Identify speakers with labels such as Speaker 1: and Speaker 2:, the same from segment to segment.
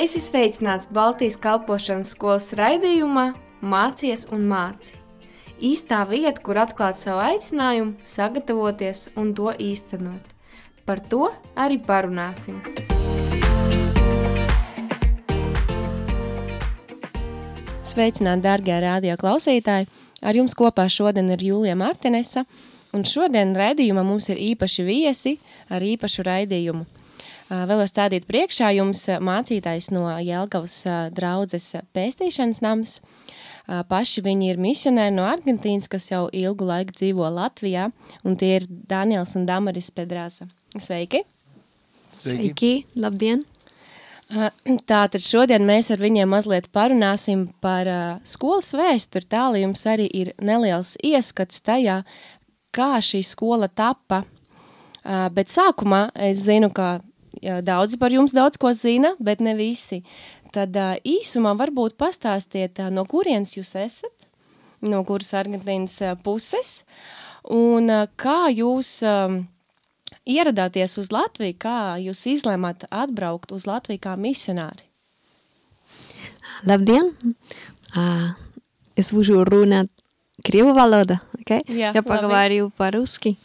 Speaker 1: Es esmu sveicināts Baltijas kalpošanas skolas raidījumā Mācies un māci. Īstā vieta, kur atklāt savu aicinājumu, sagatavoties un to īstenot. Par to arī parunāsim.
Speaker 2: Sveicināti, darbie radio klausītāji! Ar jums kopā šodien ir Jūlija Martinesa, un šodien raidījumā mums ir īpaši viesi ar īpašu raidījumu. Ā, Vēlos stādīt priekšā jums ā, mācītājs no Jēlgavas ā, draudzes ā, pēstīšanas nams. Ā, Paši viņi ir misionēri no Argentīnas, kas jau ilgu laiku dzīvo Latvijā, un tie ir Daniels un Damaris Pedrāsa. Sveiki!
Speaker 3: Sveiki, labdien!
Speaker 2: Eh, Tātad šodien mēs ar viņiem mazliet parunāsim par uh, skolas vēsturi. Tā lai jums arī ir neliels ieskats tajā, kā šī skola tappa. Uh, bet sākumā es zinu, ka uh, daudzi par jums daudz ko zina, bet ne visi. Tad uh, īsumā varbūt pastāstiet, uh, no kurienes jūs esat, no kuras Argentīnas uh, puses, un uh, kā jūs. Um, ieradāties uz Latviju, kā jūs izlēmāt atbraukt uz Latviju kā misionāri?
Speaker 3: Labdien! А, Es būšu runāt krievu valoda, ok?
Speaker 2: Jā,
Speaker 3: Я
Speaker 2: labi.
Speaker 3: поговорю по-русски.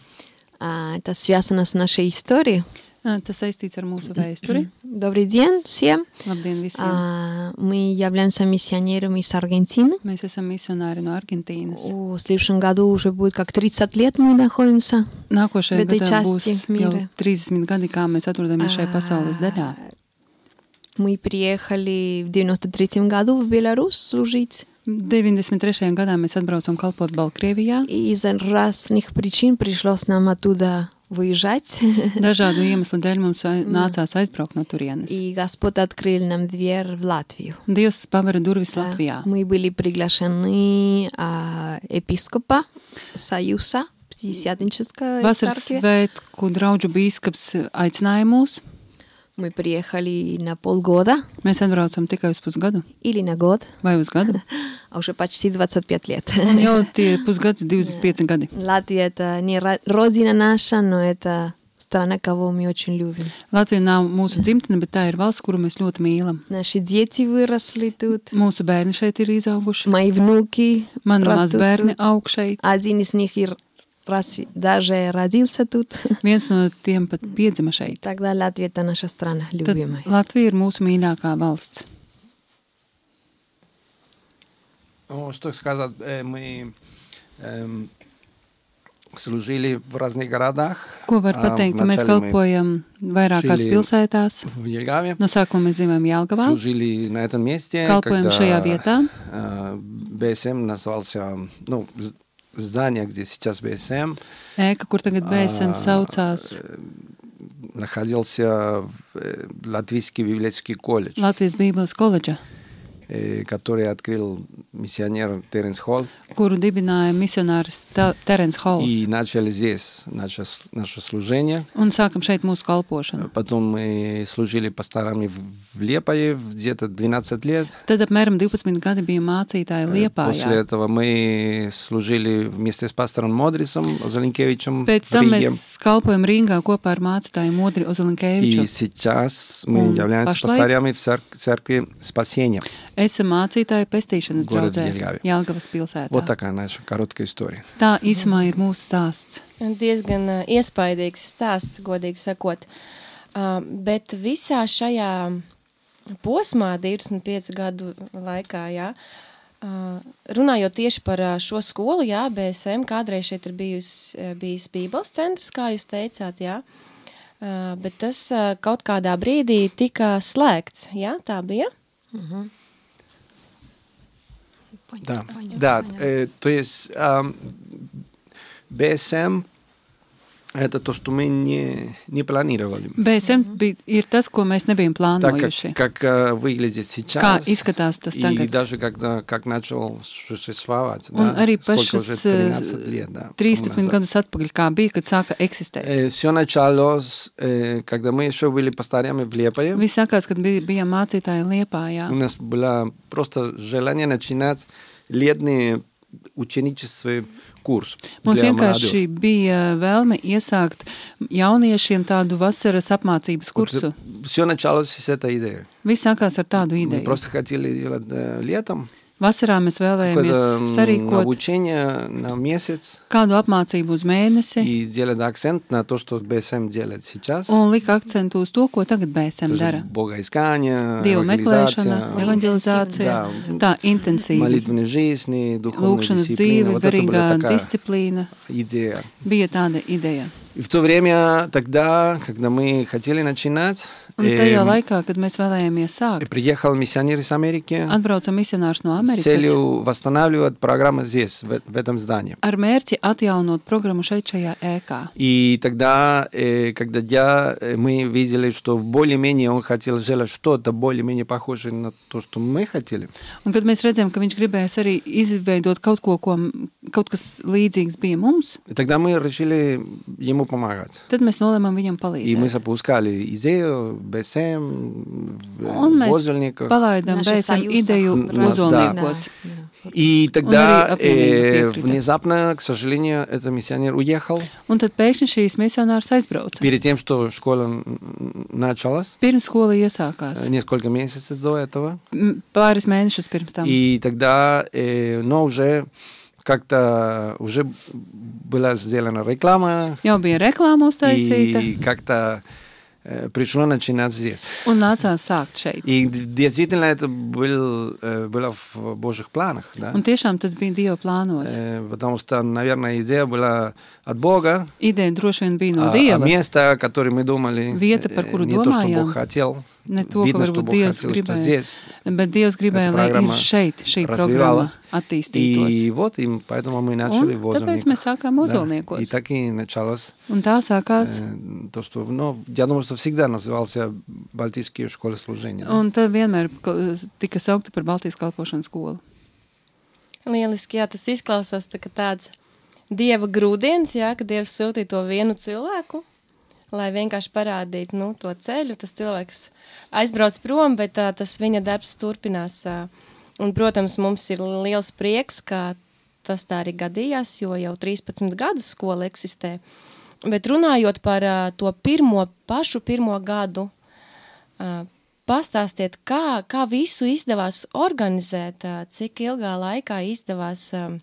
Speaker 3: А, Это связано с нашей историей.
Speaker 4: Ā, Ah, Tas saistīts ar mūsu vēsturi.
Speaker 3: Добрый день всем!
Speaker 4: Labdien, visiem!
Speaker 3: А, Мы являемся миссионерами из Аргентины.
Speaker 4: Mēs esam misionāri no Argentīnas.
Speaker 3: В следующем году уже будет как 30 лет мы находимся.
Speaker 4: Nākošajā
Speaker 3: bet ir
Speaker 4: gadā būs
Speaker 3: časti Ah.
Speaker 4: jau
Speaker 3: mīra.
Speaker 4: 30 gadi, kā mēs atrodamies šajā pasaules daļā.
Speaker 3: Мы приехали в 93 году в Беларусь служить.
Speaker 4: 93. gadā mēs atbraucam kalpot Baltkrievijā.
Speaker 3: И из-за разных причин пришлось нам оттуда выезжать.
Speaker 4: Dažādu iemeslu dēļ mums ai- nācās aizbraukt no turienes.
Speaker 3: И Господь открыл нам дверь в Латвию.
Speaker 4: Dievs pavara durvis
Speaker 3: Да.
Speaker 4: Latvijā.
Speaker 3: Мы были приглашены а, епископа Союза Пятидесятнической
Speaker 4: Vasaras
Speaker 3: церкви.
Speaker 4: svētku draugu bīskaps aicināja mūs.
Speaker 3: Мы приехали на полгода
Speaker 4: Mēs atbraucam tikai uz pusgadu
Speaker 3: или на год,
Speaker 4: vai uz gadu.
Speaker 3: а уже почти 25 лет.
Speaker 4: Un jau tie pusgadi, 25 gadi.
Speaker 3: Латвия это не ро- родина наша, но это страна, кого мы очень любим.
Speaker 4: Latvija nav mūsu dzimtene, bet tā ir valsts, kuru mēs ļoti mīlam.
Speaker 3: Наши дети выросли тут,
Speaker 4: Mūsu bērni šeit ir izauguši.
Speaker 3: мои внуки
Speaker 4: Mani
Speaker 3: растут
Speaker 4: mazbērni
Speaker 3: тут.
Speaker 4: aug šeit.
Speaker 3: Один из них и р- раз- даже родился тут.
Speaker 4: Viens no tiem pat piedzima šeit.
Speaker 3: Тогда Латвия это наша страна
Speaker 4: Tad
Speaker 3: любимая.
Speaker 4: Latvija ir mūsu mīļākā valsts.
Speaker 5: Ну, что сказать, э, мы эм, служили в разных городах.
Speaker 4: Ko var
Speaker 5: А,
Speaker 4: pateikt, ka mēs
Speaker 5: вначале мы
Speaker 4: kalpojam vairākās
Speaker 5: šī-
Speaker 4: pilsētās?
Speaker 5: В Ельгаве
Speaker 4: No sākuma mēs dzīvojam Jelgavā.
Speaker 5: служили на этом месте.
Speaker 4: Kalpojam šajā vietā.
Speaker 5: э, БСМ назвался, ну, з- здание, где сейчас БСМ,
Speaker 4: Ēka, kur tagad BSM saucās
Speaker 5: находился в, э, Латвийский библейский колледж,
Speaker 4: Latvijas Bībeles koledža,
Speaker 5: э, который открыл миссионер Теренс Холл.
Speaker 4: kuru dibināja misionārs Ta- Terence
Speaker 5: И
Speaker 4: Halls.
Speaker 5: начали здесь наше, с- наше служение.
Speaker 4: Un sākam šeit mūsu kalpošanu.
Speaker 5: Потом мы служили пасторами в в Лепае в- где-то 12 лет. Э,
Speaker 4: Tad apmēram 12 gadi bija mācītāji
Speaker 5: После
Speaker 4: Liepājā.
Speaker 5: этого мы служили вместе с пастором Модрисом Зеленкевичем
Speaker 4: Pēc
Speaker 5: в
Speaker 4: tam
Speaker 5: Риге.
Speaker 4: mēs kalpojam Rīgā kopā ar mācītāju Modri Ozolinkeviču.
Speaker 5: И сейчас мы
Speaker 4: Он
Speaker 5: являемся
Speaker 4: пошла и-
Speaker 5: пасторами в цер- церкви спасения.
Speaker 4: Esam mācītāji pestīšanas
Speaker 5: Goroda
Speaker 4: draudzē
Speaker 5: Jelgavā.
Speaker 4: Jelgavas pilsētā.
Speaker 5: Вот такая наша короткая история.
Speaker 4: Tā īsumā ir mūsu stāsts.
Speaker 2: Diezgan ā, iespaidīgs stāsts, godīgi sakot. Ā, Bet visā šajā posmā, 25 gadu laikā, jā, ā, runājot tieši par ā, šo skolu, jā, BSM kādreiz šeit ir bijusi, bijis Bībeles centrs, kā jūs teicāt, jā. Ā, Bet tas ā, kaut kādā brīdī tika slēgts, jā, tā bija.
Speaker 5: Да, да. э, то есть ам, БСМ это то, что мы не, не планировали.
Speaker 4: BSM bija, ir tas, ko mēs nebijām
Speaker 5: Так как,
Speaker 4: plānojuši.
Speaker 5: как э, выглядит сейчас.
Speaker 4: искатās tas
Speaker 5: и
Speaker 4: tagad.
Speaker 5: даже когда, как начал существовать.
Speaker 4: Un
Speaker 5: да,
Speaker 4: arī
Speaker 5: сколько
Speaker 4: pašas
Speaker 5: уже,
Speaker 4: eh,
Speaker 5: 13 лет, да,
Speaker 4: 13
Speaker 5: назад. Э,
Speaker 4: gadus atpakaļ, kā bija, kad sāka eksistēt.
Speaker 5: Все началось, э, когда мы еще были пастырями в Лепае.
Speaker 4: Viss sākās, kad bija, bija mācītāji Liepājā.
Speaker 5: У нас было просто желание начинать летний ученический курс
Speaker 4: Mums
Speaker 5: для
Speaker 4: vienkārši
Speaker 5: молодежи.
Speaker 4: bija vēlme iesākt jauniešiem tādu vasaras apmācības kursu.
Speaker 5: Вот все началось с этой идеи.
Speaker 4: Viss sākās ar tādu
Speaker 5: Мы
Speaker 4: ideju.
Speaker 5: просто хотели делать э, летом
Speaker 4: Vasarā mēs
Speaker 5: какое-то
Speaker 4: vēlējāmies
Speaker 5: м,
Speaker 4: sarīkot
Speaker 5: обучение на месяц
Speaker 4: kādu apmācību uz mēnesi
Speaker 5: и сделать акцент на то, что БСМ делает сейчас.
Speaker 4: un lika akcentu uz to, ko tagad BSM
Speaker 5: Тоже
Speaker 4: dara.
Speaker 5: Богоискание,
Speaker 4: Dievu meklēšana,
Speaker 5: евангелизация,
Speaker 4: evanģelizācija,
Speaker 5: Jā.
Speaker 4: tā intensīva,
Speaker 5: молитвенной жизни, духовная
Speaker 4: lūkšanas dzīve,
Speaker 5: дисциплина. Вот это
Speaker 4: garīgā
Speaker 5: была такая
Speaker 4: disciplīna.
Speaker 5: идея.
Speaker 4: Bija tāda ideja.
Speaker 5: И в то время, тогда, когда мы хотели начинать,
Speaker 4: Un
Speaker 5: эм,
Speaker 4: tajā laikā, kad mēs vēlējāmies
Speaker 5: И
Speaker 4: sākt,
Speaker 5: Приехал миссионер из Америки
Speaker 4: atbrauca misionārs no
Speaker 5: с
Speaker 4: Amerikas
Speaker 5: целью восстанавливать программу здесь, в, в этом здании.
Speaker 4: ar mērķi atjaunot programmu šeit, šajā ēkā.
Speaker 5: И тогда, э, когда я, э, мы видели, что более-менее он хотел сделать что-то более-менее похожее на то, что мы хотели.
Speaker 4: Un kad mēs redzam, ka viņš gribēs arī izveidot kaut ko, ko m- kaut kas līdzīgs bija mums,
Speaker 5: И тогда мы решили ему помогать.
Speaker 4: tad mēs nolēmām viņam
Speaker 5: И мы
Speaker 4: palīdzēt.
Speaker 5: запускали идею, БСМ,
Speaker 4: Un
Speaker 5: в
Speaker 4: mēs
Speaker 5: Возельниках.
Speaker 4: palaidām beidzam ideju
Speaker 5: М, да.
Speaker 4: muzolniekos.
Speaker 5: И
Speaker 4: Он
Speaker 5: тогда
Speaker 4: говорит, «Опьянение,
Speaker 5: э,
Speaker 4: перекрыто».
Speaker 5: внезапно, к сожалению, этот миссионер уехал.
Speaker 4: Un tad pēkšņi šīs misionārs aizbrauca.
Speaker 5: Перед тем, что школа м, началась,
Speaker 4: Pirms skola iesākās,
Speaker 5: несколько месяцев до этого.
Speaker 4: m, pāris mēnešus pirms tam.
Speaker 5: И тогда, э, но уже как-то уже была сделана реклама,
Speaker 4: Jau bija reklāma uztaisīta,
Speaker 5: и как-то э, пришло начинать здесь.
Speaker 4: un nācās sākt šeit.
Speaker 5: И действительно это был, э, было в Божьих планах, да?
Speaker 4: Un tiešām tas bija Dieva plānos.
Speaker 5: Э, потому что, наверное, идея была от Бога,
Speaker 4: Ideja droši vien bija no
Speaker 5: а, а
Speaker 4: Dieva.
Speaker 5: место, которое мы думали, э,
Speaker 4: Вето, про которую
Speaker 5: не то, что
Speaker 4: думаем,
Speaker 5: Бог хотел,
Speaker 4: а не то,
Speaker 5: видно,
Speaker 4: как
Speaker 5: что
Speaker 4: бы
Speaker 5: Бог
Speaker 4: Диас
Speaker 5: хотел, что
Speaker 4: грибает.
Speaker 5: здесь.
Speaker 4: Bet Dievs gribēja,
Speaker 5: Эта
Speaker 4: lai ir
Speaker 5: программа
Speaker 4: šeit šī programma
Speaker 5: развивалась. И
Speaker 4: attīstītos.
Speaker 5: вот, и поэтому мы
Speaker 4: Un
Speaker 5: начали в
Speaker 4: tāpēc
Speaker 5: Озорниках.
Speaker 4: mēs sākām
Speaker 5: Да.
Speaker 4: uzolniekos.
Speaker 5: И так и началось
Speaker 4: Un tā sākās.
Speaker 5: э, то, что, ну, я думаю, что всегда назывался Балтийские школы служения. да.
Speaker 4: Un tad vienmēr kl- tika saukta par Baltijas kalpošanas skolu.
Speaker 2: Lieliski, jā, tas izklausās tā, kā tāds dieva grūdienis, jā, ka dievs sūtīja to vienu cilvēku, lai vienkārši parādītu nu, to ceļu. Tas cilvēks aizbrauc prom, bet tā, tas viņa darbs turpinās. ā. Un, protams, mums ir liels prieks, ka tas tā arī gadījās, jo jau 13 gadus skola eksistē. Bet runājot par ā, to pirmo, pašu pirmo gadu, Uh, Pastāstiet, kā, kā visu izdevās organizēt, uh, cik ilgā laikā izdevās um,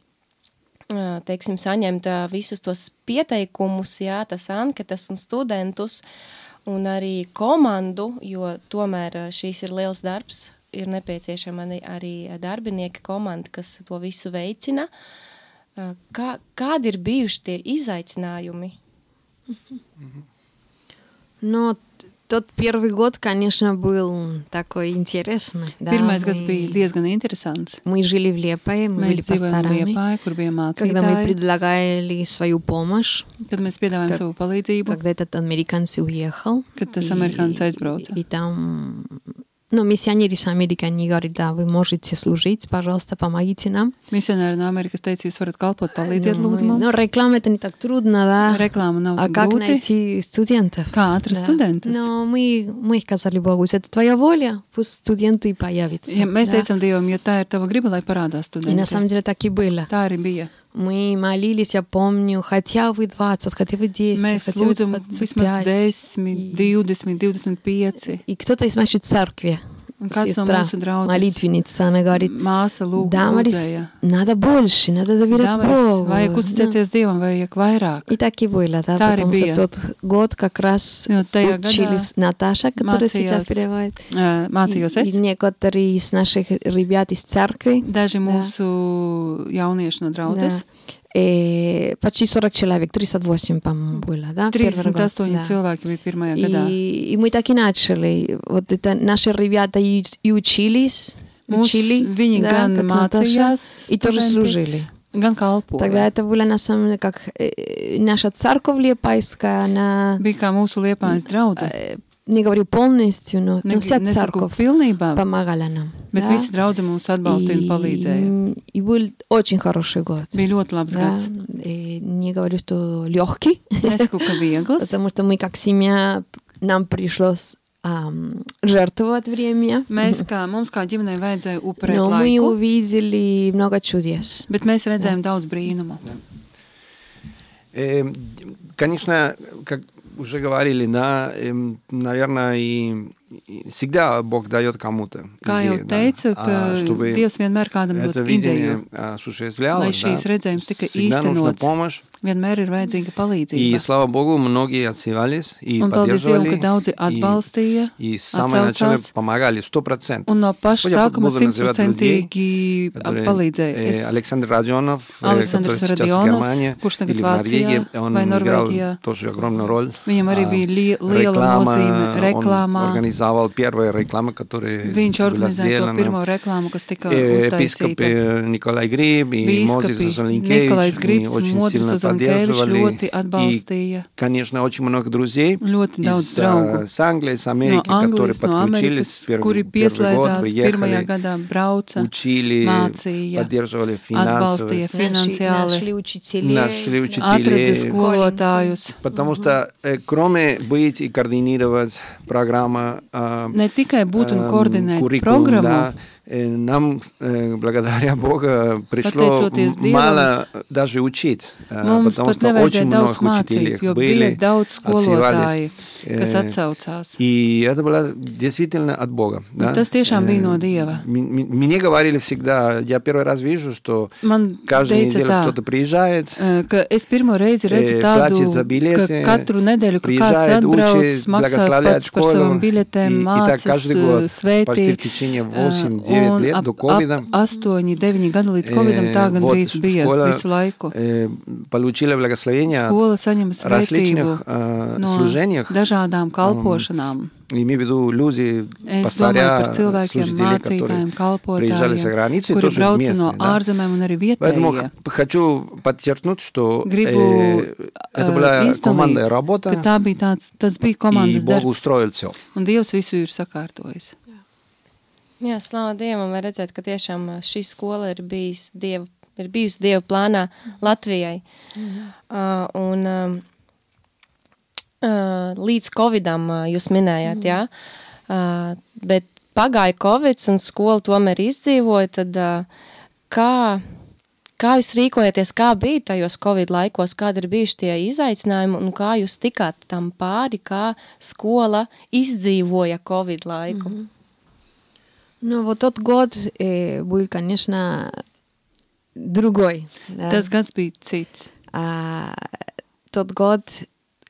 Speaker 2: uh, teiksim, saņemt uh, visus tos pieteikumus, jā, tas anketas un studentus, un arī komandu, jo tomēr uh, šīs ir liels darbs. Ir nepieciešama arī, arī uh, darbinieki, komanda, kas to visu veicina. Uh, Kā, kādi ir bijuši tie izaicinājumi?
Speaker 3: Но т- Ну, тот первый год, конечно, был такой интересный. Да,
Speaker 4: Pirmais gads
Speaker 3: мы-
Speaker 4: bija diezgan interesants.
Speaker 3: Мы жили в Лепае, мы были
Speaker 4: Mēs dzīvojām
Speaker 3: пасторами.
Speaker 4: Liepājā, kur bija
Speaker 3: Когда мы
Speaker 4: mācītāji,
Speaker 3: предлагали свою помощь,
Speaker 4: kad mēs piedāvājām
Speaker 3: kad-
Speaker 4: savu palīdzību.
Speaker 3: когда этот американец уехал.
Speaker 4: Когда с
Speaker 3: и-
Speaker 4: американца избрался.
Speaker 3: И там... Ну, миссионеры с Америки, они говорят, да, вы можете служить, пожалuйста, помогите нам.
Speaker 4: Misionāri no Amerikas teica, jūs varat kalpot, palīdziet
Speaker 3: Ну,
Speaker 4: lūdzu
Speaker 3: ну,
Speaker 4: mums. Nu,
Speaker 3: реклама это не так трудно, да.
Speaker 4: Reklāma nav
Speaker 3: А
Speaker 4: tik
Speaker 3: как
Speaker 4: grūti.
Speaker 3: найти студентов?
Speaker 4: Kā atrast studentus?
Speaker 3: Но мы, мы сказали Богу, это твоя воля, пусть студенты и появятся.
Speaker 4: Ja mēs
Speaker 3: да.
Speaker 4: teicām Dievam, ja tā ir tava griba, lai parādās
Speaker 3: И на самом
Speaker 4: studenti.
Speaker 3: деле так и было.
Speaker 4: Tā arī bija.
Speaker 3: Мы молились, я помню, хотя бы 20, хотя бы 10,
Speaker 4: Mēs
Speaker 3: хотя бы
Speaker 4: lūdzam
Speaker 3: 25.
Speaker 4: vismaz 10,
Speaker 3: I-
Speaker 4: 20, 25.
Speaker 3: И кто-то из нашей церкви,
Speaker 4: Un kāds no
Speaker 3: сестра,
Speaker 4: mūsu draudzes-
Speaker 3: молитвенница, она говорит,
Speaker 4: Māsa lūga,
Speaker 3: Damaris,
Speaker 4: lūdzēja.
Speaker 3: надо больше, надо доверять
Speaker 4: Damaris,
Speaker 3: Богу. Ну,
Speaker 4: vajag uzticēties Dievam, vajag vairāk.
Speaker 3: И так и было, да,
Speaker 4: Да,
Speaker 3: потому
Speaker 4: ребят.
Speaker 3: что тот год как раз
Speaker 4: Ну, та я года
Speaker 3: учились Наташа, которая сейчас
Speaker 4: Матиас.
Speaker 3: переводит,
Speaker 4: Ā, Mācījos
Speaker 3: и,
Speaker 4: es.
Speaker 3: и некоторые из наших ребят из церкви.
Speaker 4: Daži
Speaker 3: Jā.
Speaker 4: mūsu jaunieši no draudzes.
Speaker 3: Да. Э, почти 40 человек, 38, по-моему, было, да? первый год,
Speaker 4: 38
Speaker 3: да.
Speaker 4: cilvēki bija pirmajā gadā.
Speaker 3: И, и мы так и начали. Вот это наши ребята и, и учились,
Speaker 4: Mūs-
Speaker 3: учили,
Speaker 4: viņi gan
Speaker 3: как Наташа,
Speaker 4: mācījās,
Speaker 3: и тоже
Speaker 4: studenti.
Speaker 3: служили.
Speaker 4: Gan
Speaker 3: Тогда
Speaker 4: kalpoja.
Speaker 3: это была на самом деле как э, наша церковь Лепайская, она,
Speaker 4: Bija kā mūsu liepājas draudze.
Speaker 3: э, не говорю полностью, но, но вся
Speaker 4: nesaku
Speaker 3: церковь
Speaker 4: pilnībā,
Speaker 3: помогала нам.
Speaker 4: bet
Speaker 3: да.
Speaker 4: visi draugi mūs atbalstīja un palīdzēja.
Speaker 3: и, и был очень хороший год.
Speaker 4: Bija ļoti labs
Speaker 3: Да,
Speaker 4: gads.
Speaker 3: и не говорю, что легкий,
Speaker 4: Nesaku, ka viegls.
Speaker 3: потому что мы как семья, нам пришлось ам, жертвовать время.
Speaker 4: Mēs kā, mums kā ģimenei vajadzēja upurēt
Speaker 3: Но мы
Speaker 4: laiku,
Speaker 3: увидели много чудес.
Speaker 4: bet mēs redzējām daudz brīnumu.
Speaker 5: Э, Эм, Конечно, как уже говорили, да, эм, наверное, и, и всегда Бог дает кому-то.
Speaker 4: Kā jau
Speaker 5: идею, да,
Speaker 4: teicu, ka
Speaker 5: а, чтобы
Speaker 4: Dievs vienmēr kādam dod
Speaker 5: это
Speaker 4: ideju.
Speaker 5: видение а, осуществлялось,
Speaker 4: Lai šīs
Speaker 5: да,
Speaker 4: redzējums tika
Speaker 5: всегда нужна
Speaker 4: īstenots.
Speaker 5: помощь.
Speaker 4: Vienmēr ir vajadzīga
Speaker 5: И,
Speaker 4: palīdzība.
Speaker 5: слава Богу, многие отсевались и
Speaker 4: Un paldies Dievam,
Speaker 5: поддерживали.
Speaker 4: ka daudzi atbalstīja,
Speaker 5: И, и с самого начала
Speaker 4: atcaucās.
Speaker 5: помогали, сто процентов.
Speaker 4: un no
Speaker 5: Ko
Speaker 4: paša
Speaker 5: jau
Speaker 4: sākuma
Speaker 5: futbolu nazivāt
Speaker 4: simtprocentīgi
Speaker 5: Которые,
Speaker 4: palīdzēja.
Speaker 5: э,
Speaker 4: Es-
Speaker 5: Александр Родионов, э,
Speaker 4: Александр
Speaker 5: который сейчас в
Speaker 4: Родионов,
Speaker 5: Германии
Speaker 4: курс на
Speaker 5: или в
Speaker 4: Латвия,
Speaker 5: Норвегии, он
Speaker 4: война
Speaker 5: играл
Speaker 4: Норвегия.
Speaker 5: тоже огромную роль. А,
Speaker 4: Viņam arī bija li liela
Speaker 5: Реклама,
Speaker 4: nozīme
Speaker 5: он
Speaker 4: reklāmā.
Speaker 5: организовал первые рекламы, которые
Speaker 4: Viņš
Speaker 5: были
Speaker 4: organizēja to
Speaker 5: сделаны.
Speaker 4: pirmo reklāmu, kas tika
Speaker 5: Э, Епископ
Speaker 4: uztaisīta.
Speaker 5: э, Николай Гриб и Мозес
Speaker 4: Bīskapi Nikolais
Speaker 5: Зазоленкевич они
Speaker 4: Gribs,
Speaker 5: очень
Speaker 4: Modris
Speaker 5: сильно
Speaker 4: Uzankēvičs ļoti
Speaker 5: поддерживали. И,
Speaker 4: atbalstīja.
Speaker 5: конечно, очень много друзей
Speaker 4: Ļoti daudz
Speaker 5: из, а,
Speaker 4: draugu
Speaker 5: с Англии, с Америки,
Speaker 4: no
Speaker 5: которые
Speaker 4: Anglijas, no Amerikas,
Speaker 5: подключились в
Speaker 4: kuri
Speaker 5: первый, первый год,
Speaker 4: pieslēdzās pirmajā
Speaker 5: приехали,
Speaker 4: gadā, brauca,
Speaker 5: учили,
Speaker 4: mācīja,
Speaker 5: поддерживали
Speaker 4: atbalstīja
Speaker 5: финансово,
Speaker 4: finansiāli,
Speaker 3: Нашли учителей.
Speaker 5: нашли
Speaker 4: atrada
Speaker 5: учителей.
Speaker 4: skolotājus.
Speaker 5: Потому что э, кроме быть и координировать программа а,
Speaker 4: Ne tikai būt un
Speaker 5: эм,
Speaker 4: koordinēt
Speaker 5: curriculum,
Speaker 4: programmu,
Speaker 5: да. Э, Нам, э, благодаря Богу, пришло
Speaker 4: Pateicoties
Speaker 5: м-
Speaker 4: Dievam,
Speaker 5: мало даже учить, э,
Speaker 4: mums
Speaker 5: потому
Speaker 4: pat
Speaker 5: что очень
Speaker 4: nevajadzēja
Speaker 5: много
Speaker 4: daudz
Speaker 5: учителей
Speaker 4: mācīt, jo bija
Speaker 5: были,
Speaker 4: daudz
Speaker 5: отсевались.
Speaker 4: skolotāju, kas
Speaker 5: Э,
Speaker 4: atsaucās.
Speaker 5: И это было действительно от Бога. Э,
Speaker 4: Ну, это слишком вино Диева.
Speaker 5: ми- ми- Мне говорили всегда, я первый раз вижу, что
Speaker 4: Man
Speaker 5: каждую
Speaker 4: teica
Speaker 5: неделю
Speaker 4: tā,
Speaker 5: кто-то приезжает,
Speaker 4: eh, ka es pirmo reizi redzu
Speaker 5: Eh,
Speaker 4: tādu,
Speaker 5: placiet za
Speaker 4: ka
Speaker 5: biļeti,
Speaker 4: katru nedēļu, ka kāds
Speaker 5: приезжает,
Speaker 4: atbrauc,
Speaker 5: учит,
Speaker 4: maksā
Speaker 5: благословляет
Speaker 4: pats par
Speaker 5: школу.
Speaker 4: savām
Speaker 5: И,
Speaker 4: biļetēm,
Speaker 5: и так
Speaker 4: mācās,
Speaker 5: каждый
Speaker 4: eh,
Speaker 5: год, почти в
Speaker 4: svētīt.
Speaker 5: течение
Speaker 4: eh,
Speaker 5: 8-9
Speaker 4: un
Speaker 5: лет
Speaker 4: ap-
Speaker 5: до
Speaker 4: ap
Speaker 5: ковида,
Speaker 4: 8, 9 gadu līdz
Speaker 5: Eh,
Speaker 4: Covidam tā
Speaker 5: vot,
Speaker 4: gandrīz bija
Speaker 5: skola,
Speaker 4: visu laiku.
Speaker 5: э, получили благословение от
Speaker 4: Skola saņem
Speaker 5: различных
Speaker 4: svētību
Speaker 5: э,
Speaker 4: no
Speaker 5: служениях,
Speaker 4: dažādām kalpošanām.
Speaker 5: имею в виду люди,
Speaker 4: Es domāju
Speaker 5: пастыря,
Speaker 4: par cilvēkiem,
Speaker 5: служители, которые
Speaker 4: mācītājiem,
Speaker 5: приезжали за
Speaker 4: kalpotājiem,
Speaker 5: границу, и
Speaker 4: kuri
Speaker 5: тоже
Speaker 4: brauca no
Speaker 5: местные. да.
Speaker 4: ārzemēm un arī
Speaker 5: Поэтому
Speaker 4: vietējie.
Speaker 5: х- хочу подчеркнуть, что
Speaker 4: Gribu
Speaker 5: э, это была
Speaker 4: eh,
Speaker 5: командная
Speaker 4: izdalīt, ka
Speaker 5: работа,
Speaker 4: tā bija tāds, tas bija
Speaker 5: и
Speaker 4: komandas
Speaker 5: Бог
Speaker 4: darbs.
Speaker 5: устроил все.
Speaker 4: Un Dievs visu ir sakārtojis.
Speaker 2: Jā, slavu Dievam, var redzēt, ka tiešām ā, šī skola ir, bijis diev, ir bijusi Dieva plānā Latvijai. Uh, un, um, uh, līdz Covidam uh, jūs minējāt, jā. Uh, bet pagāja Covid un skola tomēr izdzīvoja, tad uh, kā, kā jūs rīkojaties, kā bija tajos Covid laikos, kādi ir bijuši tie izaicinājumi un kā jūs tikāt tam pāri, kā skola izdzīvoja Covid laiku? Mm -hmm.
Speaker 3: Ну, вот тот год э, был, конечно, другой. да.
Speaker 4: Tas gads bija cits.
Speaker 3: А, тот год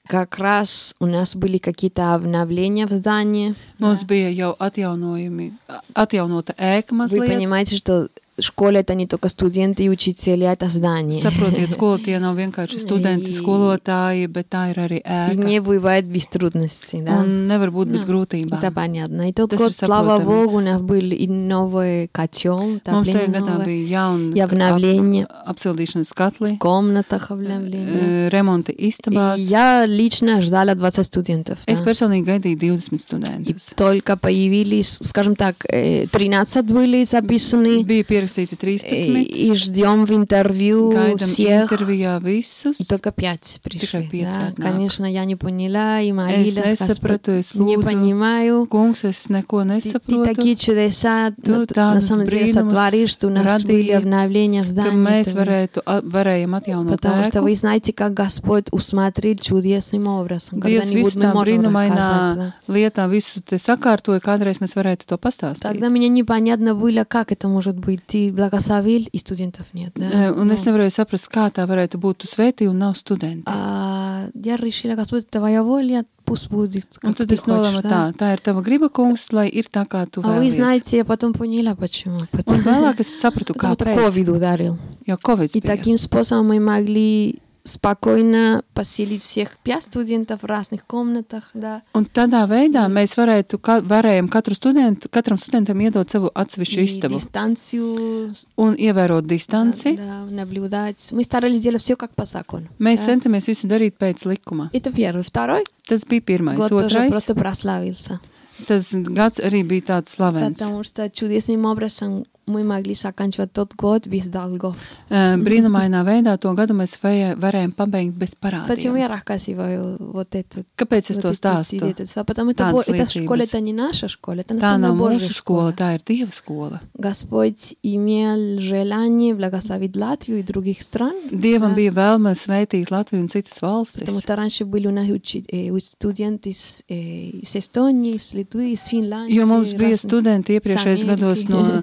Speaker 3: как раз у нас были какие-то обновления в здании.
Speaker 4: Mums bija jau atjaunojumi, a- atjaunota ēka
Speaker 3: Вы
Speaker 4: mazliet.
Speaker 3: понимаете, что школа это не только студенты и учители, а это здание.
Speaker 4: Saprotiet, skola tie nav vienkārši studenti,
Speaker 3: Ei.
Speaker 4: skolotāji, bet tā ir arī
Speaker 3: И
Speaker 4: ēka.
Speaker 3: не бывает без трудностей, да?
Speaker 4: Un nevar būt bez
Speaker 3: Это
Speaker 4: grūtībām.
Speaker 3: понятно. И тот
Speaker 4: То есть
Speaker 3: год,
Speaker 4: это
Speaker 3: слава
Speaker 4: потом.
Speaker 3: богу, у нас был и новый котел,
Speaker 4: Mums tajā
Speaker 3: отопление
Speaker 4: gadā
Speaker 3: новое,
Speaker 4: bija jauna
Speaker 3: Jā, vnavljenje.
Speaker 4: ap- apsildīšanas katli,
Speaker 3: в комнатах обновления.
Speaker 4: eh, remonti
Speaker 3: И
Speaker 4: istabās.
Speaker 3: я лично ждала 20 студентов. да.
Speaker 4: Es personīgi gaidīju 20
Speaker 3: И
Speaker 4: studentus.
Speaker 3: только появились, скажем так, э, 13 были записаны.
Speaker 4: Bija pierakstīti
Speaker 3: Э,
Speaker 4: 13,
Speaker 3: И ждем в интервью
Speaker 4: gaidām
Speaker 3: всех.
Speaker 4: intervijā visus.
Speaker 3: И только пять Э, пришли.
Speaker 4: пять
Speaker 3: да.
Speaker 4: однако.
Speaker 3: Конечно, я не поняла и молилась.
Speaker 4: Es
Speaker 3: Господь,
Speaker 4: nesapratu, es
Speaker 3: не
Speaker 4: lūdzu,
Speaker 3: понимаю.
Speaker 4: kungs, es neko
Speaker 3: Ты, ты
Speaker 4: nesaprotu.
Speaker 3: такие чудеса
Speaker 4: Tu
Speaker 3: на, на
Speaker 4: tādus
Speaker 3: самом деле
Speaker 4: brīnumus
Speaker 3: сотворишь, что у нас были
Speaker 4: radīji,
Speaker 3: обновления в
Speaker 4: ka
Speaker 3: здании.
Speaker 4: mēs
Speaker 3: Ты-
Speaker 4: varētu, a- varējam atjaunot
Speaker 3: Потому что
Speaker 4: ēku.
Speaker 3: вы знаете, как Господь усмотрел чудесным образом.
Speaker 4: Dievs
Speaker 3: Когда-нибудь
Speaker 4: visu
Speaker 3: мы
Speaker 4: tā
Speaker 3: можем рассказать.
Speaker 4: brīnumainā
Speaker 3: да.
Speaker 4: lietā visu te sakārtoja, kādreiz mēs varētu to pastāstīt.
Speaker 3: Тогда мне непонятно было, как это может быть. Ты благословил, и студентов нет.
Speaker 4: Eh,
Speaker 3: Да? Ну,
Speaker 4: Un es nevarēju saprast, kā tā varētu būt. Tu svētī un nav studenti.
Speaker 3: А, я решила, Господь, твоя воля, пусть будет,
Speaker 4: Un
Speaker 3: как
Speaker 4: tad
Speaker 3: Ну, ты
Speaker 4: es nolēmu
Speaker 3: хочешь. Да?
Speaker 4: tā, tā ir tava griba, kungs, lai ir tā, kā tu
Speaker 3: А вы
Speaker 4: vēlies.
Speaker 3: знаете, я потом поняла, почему.
Speaker 4: Un
Speaker 3: Потому,
Speaker 4: vēlāk es sapratu,
Speaker 3: потому что
Speaker 4: kāpēc.
Speaker 3: ковид ударил.
Speaker 4: Jo Covid
Speaker 3: И
Speaker 4: bija.
Speaker 3: таким способом мы могли спокойно поселить всех пять студентов в разных комнатах, да.
Speaker 4: Un tādā veidā mēs varētu, ka, varējām katru studentu, katram studentam iedot savu atsevišķu
Speaker 3: И
Speaker 4: istabu
Speaker 3: дистанцию
Speaker 4: un ievērot
Speaker 3: да,
Speaker 4: distanci.
Speaker 3: да, наблюдать. Мы старались делать все как по закону.
Speaker 4: Mēs
Speaker 3: Jā.
Speaker 4: centamies visu darīt pēc likuma.
Speaker 3: Это первый. Второй
Speaker 4: Tas bija pirmais.
Speaker 3: год тоже
Speaker 4: Otrais,
Speaker 3: просто прославился.
Speaker 4: tas gads arī bija tāds slavens.
Speaker 3: Потому что чудесным образом мы могли заканчивать тот год без долгов.
Speaker 4: Ā, Brīnumainā veidā to gadu mēs vēja- varējām pabeigt bez
Speaker 3: Почему
Speaker 4: parādiem.
Speaker 3: я рассказываю вот это?
Speaker 4: Kāpēc es
Speaker 3: вот
Speaker 4: to
Speaker 3: эти
Speaker 4: stāstu?
Speaker 3: свидетельства? А Потому это,
Speaker 4: Танцы
Speaker 3: бо- это
Speaker 4: лечились.
Speaker 3: школа, это не наша школа, это
Speaker 4: Tā
Speaker 3: национальная
Speaker 4: nav
Speaker 3: Божья
Speaker 4: mūsu skola,
Speaker 3: школа.
Speaker 4: tā ir Dieva skola.
Speaker 3: Господь имел желание благословить Латвию и других стран,
Speaker 4: Dievam bija vēlme sveitīt Latviju un citas
Speaker 3: потому
Speaker 4: valstis.
Speaker 3: что раньше были у нас учи- э, у- студенты из, э, из Эстонии, из Литвы, из Финляндии.
Speaker 4: Jo mums bija
Speaker 3: разных.
Speaker 4: studenti iepriekšējos
Speaker 3: Samērķi.
Speaker 4: gados
Speaker 3: Mhm.
Speaker 4: no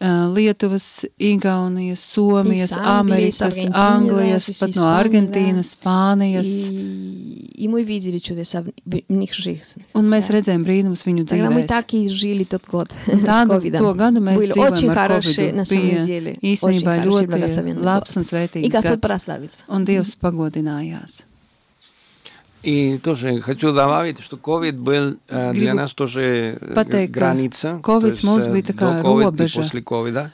Speaker 4: ā, Lietuvas, Igaunijas,
Speaker 3: Iz
Speaker 4: Somijas,
Speaker 3: Anglijas,
Speaker 4: Amerikas,
Speaker 3: Argentīnas,
Speaker 4: Anglijas,
Speaker 3: iz
Speaker 4: pat no
Speaker 3: Spānijas.
Speaker 4: Argentīnas, Spānijas.
Speaker 3: И, и мы видели чудеса в, в них жизни.
Speaker 4: Un mēs redzējām brīnumus viņu
Speaker 3: Тогда мы
Speaker 4: dzīvēm.
Speaker 3: так и жили тот год с
Speaker 4: Tādu
Speaker 3: ковидом.
Speaker 4: to gadu mēs
Speaker 3: Были
Speaker 4: dzīvojam
Speaker 3: очень
Speaker 4: ar
Speaker 3: хорошие,
Speaker 4: Covidu.
Speaker 3: на самом
Speaker 4: Bija
Speaker 3: деле, очень
Speaker 4: īstenībā
Speaker 3: хорошие
Speaker 4: ļoti
Speaker 3: благословенные
Speaker 4: labs
Speaker 3: годы.
Speaker 4: un
Speaker 3: И
Speaker 4: sveitīgs
Speaker 3: Господь
Speaker 4: gads.
Speaker 3: прославится.
Speaker 4: Un Dievs pagodinājās.
Speaker 5: И тоже хочу добавить, что COVID был э, для
Speaker 4: Грибы.
Speaker 5: нас тоже э,
Speaker 4: Потека.
Speaker 5: граница.
Speaker 4: COVID
Speaker 5: то есть,
Speaker 4: может
Speaker 5: э,
Speaker 4: быть такая
Speaker 5: до COVID и
Speaker 4: рубежа.
Speaker 5: после COVID.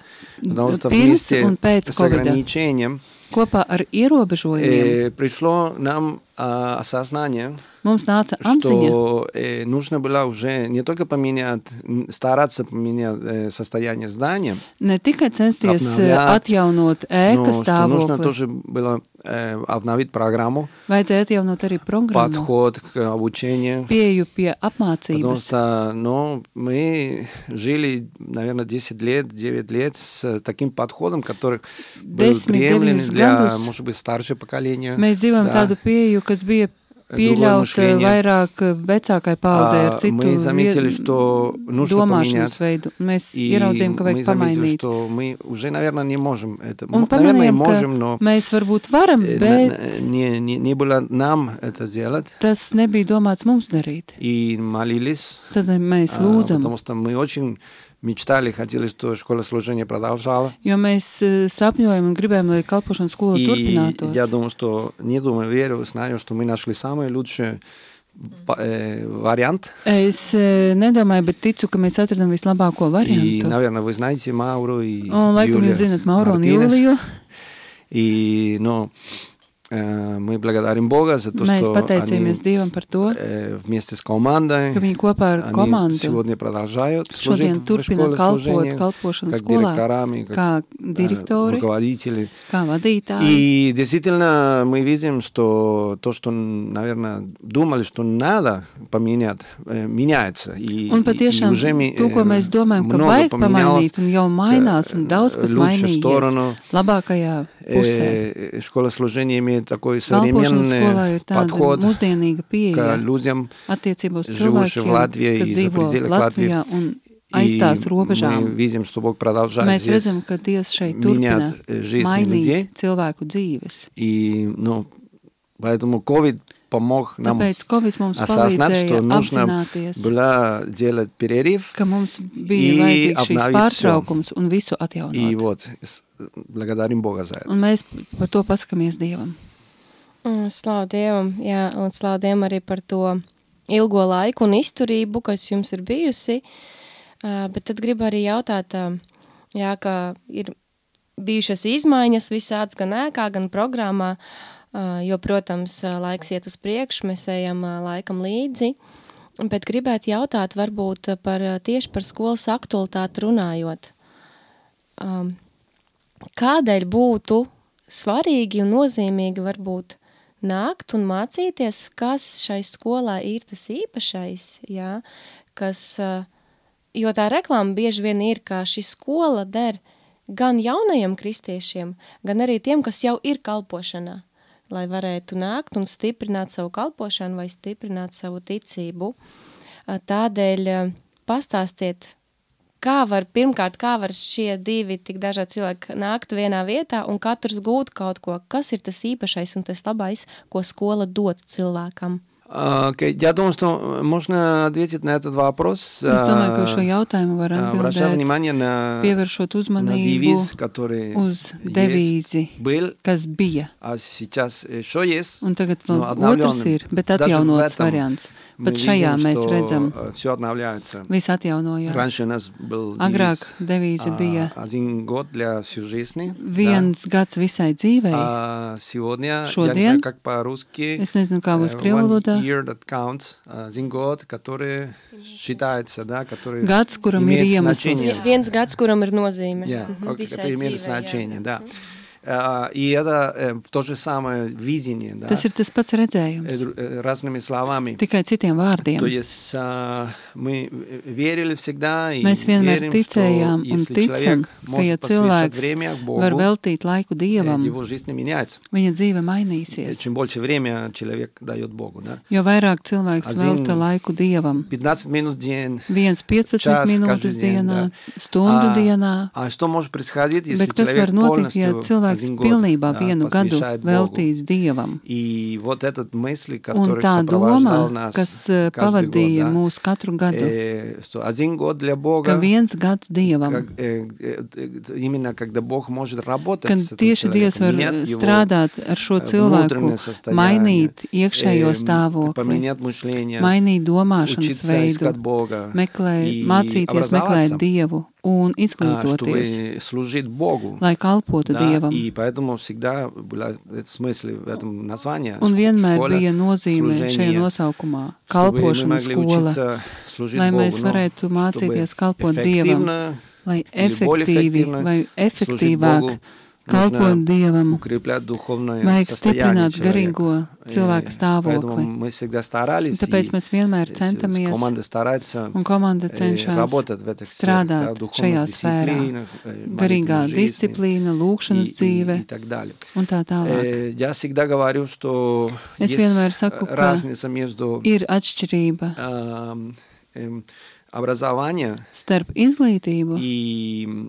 Speaker 5: Потому что
Speaker 4: Перед
Speaker 5: вместе
Speaker 4: он перед
Speaker 5: с
Speaker 4: COVID.
Speaker 5: ограничением
Speaker 4: Kopā ar ierobežojumiem
Speaker 5: э, пришло нам э, осознание,
Speaker 4: mums nāca apziņa,
Speaker 5: что э, нужно было уже не только поменять, м, стараться поменять э, soстояние здания,
Speaker 4: ne tikai censties
Speaker 5: Apnāvjāt.
Speaker 4: eh, atjaunot
Speaker 5: но
Speaker 4: ēkas
Speaker 5: что нужно
Speaker 4: stāvokli,
Speaker 5: тоже было э, обновить программу,
Speaker 4: vajadzēja atjaunot arī programmu,
Speaker 5: подход к обучению.
Speaker 4: pieju pie
Speaker 5: Потому
Speaker 4: apmācības.
Speaker 5: что, ну, мы жили, наверное, 10 лет, 9 лет с таким подходом, который был
Speaker 4: 10,
Speaker 5: приемлем
Speaker 4: 9
Speaker 5: для,
Speaker 4: gadus.
Speaker 5: может быть, старшего поколения.
Speaker 4: Mēs dzīvojam
Speaker 5: Да.
Speaker 4: tādu pieju, kas bija pieļauta
Speaker 5: mišļenie.
Speaker 4: vairāk eh, vecākai paudzei ar
Speaker 5: А,
Speaker 4: citu
Speaker 5: mēs zamitili,
Speaker 4: vie-
Speaker 5: što nužno pamainjāt.
Speaker 4: domāšanas veidu. Mēs
Speaker 5: И
Speaker 4: ieraudzījām, ka
Speaker 5: мы
Speaker 4: vajag
Speaker 5: заметили,
Speaker 4: pamainīt.
Speaker 5: что мы уже, наверное, не можем это.
Speaker 4: Un
Speaker 5: М- наверное,
Speaker 4: pamanījām, ka
Speaker 5: можем, но
Speaker 4: mēs varbūt varam,
Speaker 5: э, на-
Speaker 4: bet
Speaker 5: на- не, не, не было нам это сделать.
Speaker 4: tas nebija domāts mums darīt.
Speaker 5: И молились,
Speaker 4: Tad mēs
Speaker 5: а,
Speaker 4: lūdzam,
Speaker 5: потому что мы очень мечтали, хотели, что школа служения продолжала.
Speaker 4: jo mēs eh, sapņojam un gribējam, lai kalpošanas skola
Speaker 5: И
Speaker 4: turpinātos.
Speaker 5: я думаю, что не думаю, верю, знаю, что мы нашли самый лучший ва- э, вариант.
Speaker 4: Es eh, nedomāju, bet ticu, ka mēs atradām vislabāko
Speaker 5: И,
Speaker 4: variantu.
Speaker 5: наверное, вы знаете Мауру и
Speaker 4: Un, laikam,
Speaker 5: Юлию
Speaker 4: jūs zinat, Mauro un
Speaker 5: Мартинес.
Speaker 4: Jūliju,
Speaker 5: И, ну, э, мы благодарим Бога за то,
Speaker 4: mēs
Speaker 5: что они
Speaker 4: pateicamies Dievam par to,
Speaker 5: э, вместе с командой
Speaker 4: ka viņi kopā ar
Speaker 5: они
Speaker 4: komandu
Speaker 5: сегодня продолжают служить
Speaker 4: šodien
Speaker 5: в
Speaker 4: turpina
Speaker 5: школе
Speaker 4: kalpot
Speaker 5: служения,
Speaker 4: kalpošanas
Speaker 5: как
Speaker 4: skolā,
Speaker 5: директорами, как
Speaker 4: kā
Speaker 5: э,
Speaker 4: direktori,
Speaker 5: руководители.
Speaker 4: kā vadītāji.
Speaker 5: И действительно мы видим, что то, что, наверное, думали, что надо поменять, э, меняется. И,
Speaker 4: Un
Speaker 5: и- и
Speaker 4: patiešām
Speaker 5: уже ми-
Speaker 4: to, ko
Speaker 5: э,
Speaker 4: mēs domājam, ka
Speaker 5: много
Speaker 4: vajag
Speaker 5: поменялось, Э,
Speaker 4: pamainīt, un jau mainās,
Speaker 5: eh,
Speaker 4: un daudz kas
Speaker 5: лучше в
Speaker 4: mainījies
Speaker 5: сторону.
Speaker 4: labākajā pusē.
Speaker 5: Э, школа служения имеет такой
Speaker 4: Kalpošanas skolā
Speaker 5: современный
Speaker 4: ir tāda
Speaker 5: подход
Speaker 4: mūsdienīga
Speaker 5: к
Speaker 4: pieeja
Speaker 5: людям.
Speaker 4: attiecībā uz
Speaker 5: живущих
Speaker 4: cilvēkiem,
Speaker 5: в Latvijā,
Speaker 4: kas
Speaker 5: iz
Speaker 4: dzīvo
Speaker 5: пределах
Speaker 4: Latvijā un aizstās
Speaker 5: и мы
Speaker 4: robežām.
Speaker 5: видим, что Бог продолжает
Speaker 4: Mēs
Speaker 5: здесь
Speaker 4: redzam, ka Dievs šeit turpina
Speaker 5: менять э, жизни людей.
Speaker 4: mainīt cilvēku dzīves.
Speaker 5: И, ну, поэтому COVID помог нам
Speaker 4: Tāpēc Covid mums
Speaker 5: осознать,
Speaker 4: palīdzēja
Speaker 5: что нужно
Speaker 4: apzināties,
Speaker 5: было делать перерыв.
Speaker 4: ka mums bija
Speaker 5: И
Speaker 4: vajadzīgs šīs
Speaker 5: apnāvīt
Speaker 4: pārtraukums un visu
Speaker 5: И
Speaker 4: atjaunot.
Speaker 5: вот, с- благодарим Бога за это.
Speaker 4: Un mēs par to paskamies Dievam.
Speaker 2: Mm, Slavu Dievam, jā, un slavu Dievam arī par to ilgo laiku un izturību, kas jums ir bijusi. Ā, Bet tad gribu arī jautāt, ā, jā, kā ir bijušas izmaiņas visāds gan ēkā, gan programmā, ā, jo, protams, ā, laiks iet uz priekšu, mēs ejam ā, laikam līdzi. Bet gribētu jautāt varbūt ā, par ā, tieši par skolas aktualitāti runājot. Um, kādēļ būtu svarīgi un nozīmīgi varbūt nākt un mācīties, kas šai skolā ir tas īpašais, jā, kas, ā, jo tā reklāma bieži vien ir, kā šī skola der gan jaunajiem kristiešiem, gan arī tiem, kas jau ir kalpošanā, lai varētu nākt un stiprināt savu kalpošanu vai stiprināt savu ticību. Ā, Tādēļ ā, pastāstiet Kā var pirmkārt, kā var šie divi tik dažādi cilvēki nākt vienā vietā un katrs gūt kaut ko, kas ir tas īpašais un tas labais, ko skola dod cilvēkam?
Speaker 5: А, окей, Я думаю, что можно ответить на этот вопрос.
Speaker 4: Es domāju, ka uz šo
Speaker 5: а,
Speaker 4: jautājumu var
Speaker 5: а, обращая
Speaker 4: atbildēt,
Speaker 5: внимание на,
Speaker 4: pievēršot
Speaker 5: на
Speaker 4: uzmanību
Speaker 5: девиз, который
Speaker 4: uz
Speaker 5: есть,
Speaker 4: devīzi,
Speaker 5: был,
Speaker 4: kas bija.
Speaker 5: а сейчас еще есть.
Speaker 4: Un tagad
Speaker 5: Nu,
Speaker 4: vēl
Speaker 5: atjaunojumu.
Speaker 4: otrs ir, bet
Speaker 5: Daži
Speaker 4: atjaunots
Speaker 5: lietam.
Speaker 4: variants,
Speaker 5: мы
Speaker 4: Pat šajā
Speaker 5: видим,
Speaker 4: mēs
Speaker 5: что,
Speaker 4: redzam.
Speaker 5: э, Все обновляется.
Speaker 4: Viss atjaunojās.
Speaker 5: Раньше у нас был
Speaker 4: Agrāk
Speaker 5: девиз,
Speaker 4: devīze
Speaker 5: а,
Speaker 4: bija
Speaker 5: один год для всей жизни. да.
Speaker 4: viens gads visai dzīvei.
Speaker 5: А сегодня, я не
Speaker 4: Šodien?
Speaker 5: знаю, как по-русски,
Speaker 4: Es nezinu, kā būs
Speaker 5: э,
Speaker 4: krievu
Speaker 5: one
Speaker 4: valodā.
Speaker 5: year that counts, один год, который считается, да, который
Speaker 4: Gads, kuram ir
Speaker 5: имеет
Speaker 4: iemesls.
Speaker 5: значение.
Speaker 2: Ir viens gads, kuram ir nozīme.
Speaker 5: Я,
Speaker 2: Mhm.
Speaker 5: ок,
Speaker 2: Visai
Speaker 5: это имеет
Speaker 2: dzīvei, jā.
Speaker 5: значение, да. А, И это э, то же самое видение, да,
Speaker 4: Tas ir tas pats
Speaker 5: э,
Speaker 4: redzējums,
Speaker 5: дру- э, разными словами.
Speaker 4: tikai citiem vārdiem.
Speaker 5: То есть а, мы э, верили всегда и
Speaker 4: Mēs vienmēr
Speaker 5: верим, что
Speaker 4: ticējām un
Speaker 5: если
Speaker 4: ticam,
Speaker 5: человек
Speaker 4: ka ja
Speaker 5: может посвящать
Speaker 4: cilvēks
Speaker 5: время к Богу,
Speaker 4: var veltīt laiku
Speaker 5: э,
Speaker 4: Dievam,
Speaker 5: его жизнь меняется.
Speaker 4: viņa dzīve
Speaker 5: Э,
Speaker 4: mainīsies.
Speaker 5: Чем больше время человек дает Богу, да.
Speaker 4: Jo vairāk cilvēks
Speaker 5: Azin-
Speaker 4: velta laiku Dievam,
Speaker 5: 15 минут в день.
Speaker 4: viens 15
Speaker 5: Čas
Speaker 4: minūtes
Speaker 5: každý deň,
Speaker 4: dienā,
Speaker 5: da. Ah.
Speaker 4: stundu
Speaker 5: А-
Speaker 4: dienā,
Speaker 5: А что может происходить, если
Speaker 4: bet kas var
Speaker 5: человек
Speaker 4: notikt, ja
Speaker 5: полностью
Speaker 4: cilvēks
Speaker 5: один год
Speaker 4: pilnībā
Speaker 5: да,
Speaker 4: vienu gadu
Speaker 5: посвящает Богу?
Speaker 4: veltīs Dievam?
Speaker 5: И вот этот мысль,
Speaker 4: Un
Speaker 5: который
Speaker 4: tā
Speaker 5: сопровождал
Speaker 4: doma,
Speaker 5: нас
Speaker 4: kas eh,
Speaker 5: каждый
Speaker 4: pavadīja
Speaker 5: год,
Speaker 4: mūs katru
Speaker 5: да,
Speaker 4: gadu,
Speaker 5: э, что один год для
Speaker 4: ka
Speaker 5: Бога,
Speaker 4: viens gads Dievam.
Speaker 5: как, э, э, э, именно когда Бог может работать
Speaker 4: Kad
Speaker 5: с этим
Speaker 4: tieši Dievs var
Speaker 5: человеком, менять его,
Speaker 4: strādāt ar šo
Speaker 5: э,
Speaker 4: cilvēku,
Speaker 5: внутреннее состояние,
Speaker 4: mainīt iekšējo
Speaker 5: э,
Speaker 4: stāvokli,
Speaker 5: поменять мышление,
Speaker 4: mainīt domāšanas
Speaker 5: учиться
Speaker 4: veidu,
Speaker 5: искать Бога,
Speaker 4: meklēt,
Speaker 5: и
Speaker 4: mācīties, meklēt
Speaker 5: образоваться,
Speaker 4: Dievu un
Speaker 5: а,
Speaker 4: izglītoties,
Speaker 5: чтобы служить Богу.
Speaker 4: lai kalpotu
Speaker 5: Да,
Speaker 4: Dievam.
Speaker 5: и поэтому всегда была э, смысл в этом названии.
Speaker 4: Un vienmēr
Speaker 5: школа,
Speaker 4: bija nozīme šajā
Speaker 5: служение,
Speaker 4: nosaukumā -
Speaker 5: чтобы мы
Speaker 4: kalpošana
Speaker 5: могли
Speaker 4: skola,
Speaker 5: учиться служить
Speaker 4: lai
Speaker 5: Богу,
Speaker 4: mēs
Speaker 5: ну,
Speaker 4: varētu mācīties kalpot
Speaker 5: чтобы
Speaker 4: Dievam,
Speaker 5: эффективно
Speaker 4: lai
Speaker 5: или более
Speaker 4: efektīvi
Speaker 5: эффективно
Speaker 4: vai
Speaker 5: служить Богу,
Speaker 4: efektīvāk kalpot
Speaker 5: нужно
Speaker 4: Dievam,
Speaker 5: укреплять духовное
Speaker 4: vajag
Speaker 5: состояние
Speaker 4: stiprināt
Speaker 5: человека.
Speaker 4: garīgo
Speaker 5: Э,
Speaker 4: cilvēka
Speaker 5: Поэтому
Speaker 4: stāvokli.
Speaker 5: мы всегда старались,
Speaker 4: Tāpēc mēs vienmēr
Speaker 5: и
Speaker 4: centamies,
Speaker 5: команда старается
Speaker 4: un komanda
Speaker 5: э,
Speaker 4: cenšas
Speaker 5: работать в этих сферах,
Speaker 4: strādāt
Speaker 5: да, в духовных
Speaker 4: šajā sfērā.
Speaker 5: дисциплинах, э,
Speaker 4: garīgā
Speaker 5: молитвенной жизни
Speaker 4: disciplīna,
Speaker 5: и-
Speaker 4: lūkšanas
Speaker 5: и- и
Speaker 4: dzīve
Speaker 5: так далее.
Speaker 4: un tā tālāk.
Speaker 5: Э, Я всегда говорю, что
Speaker 4: Es
Speaker 5: есть
Speaker 4: vienmēr saku, ka
Speaker 5: разница между
Speaker 4: Ir atšķirība
Speaker 5: эм, эм, образованием
Speaker 4: starp izglītību
Speaker 5: и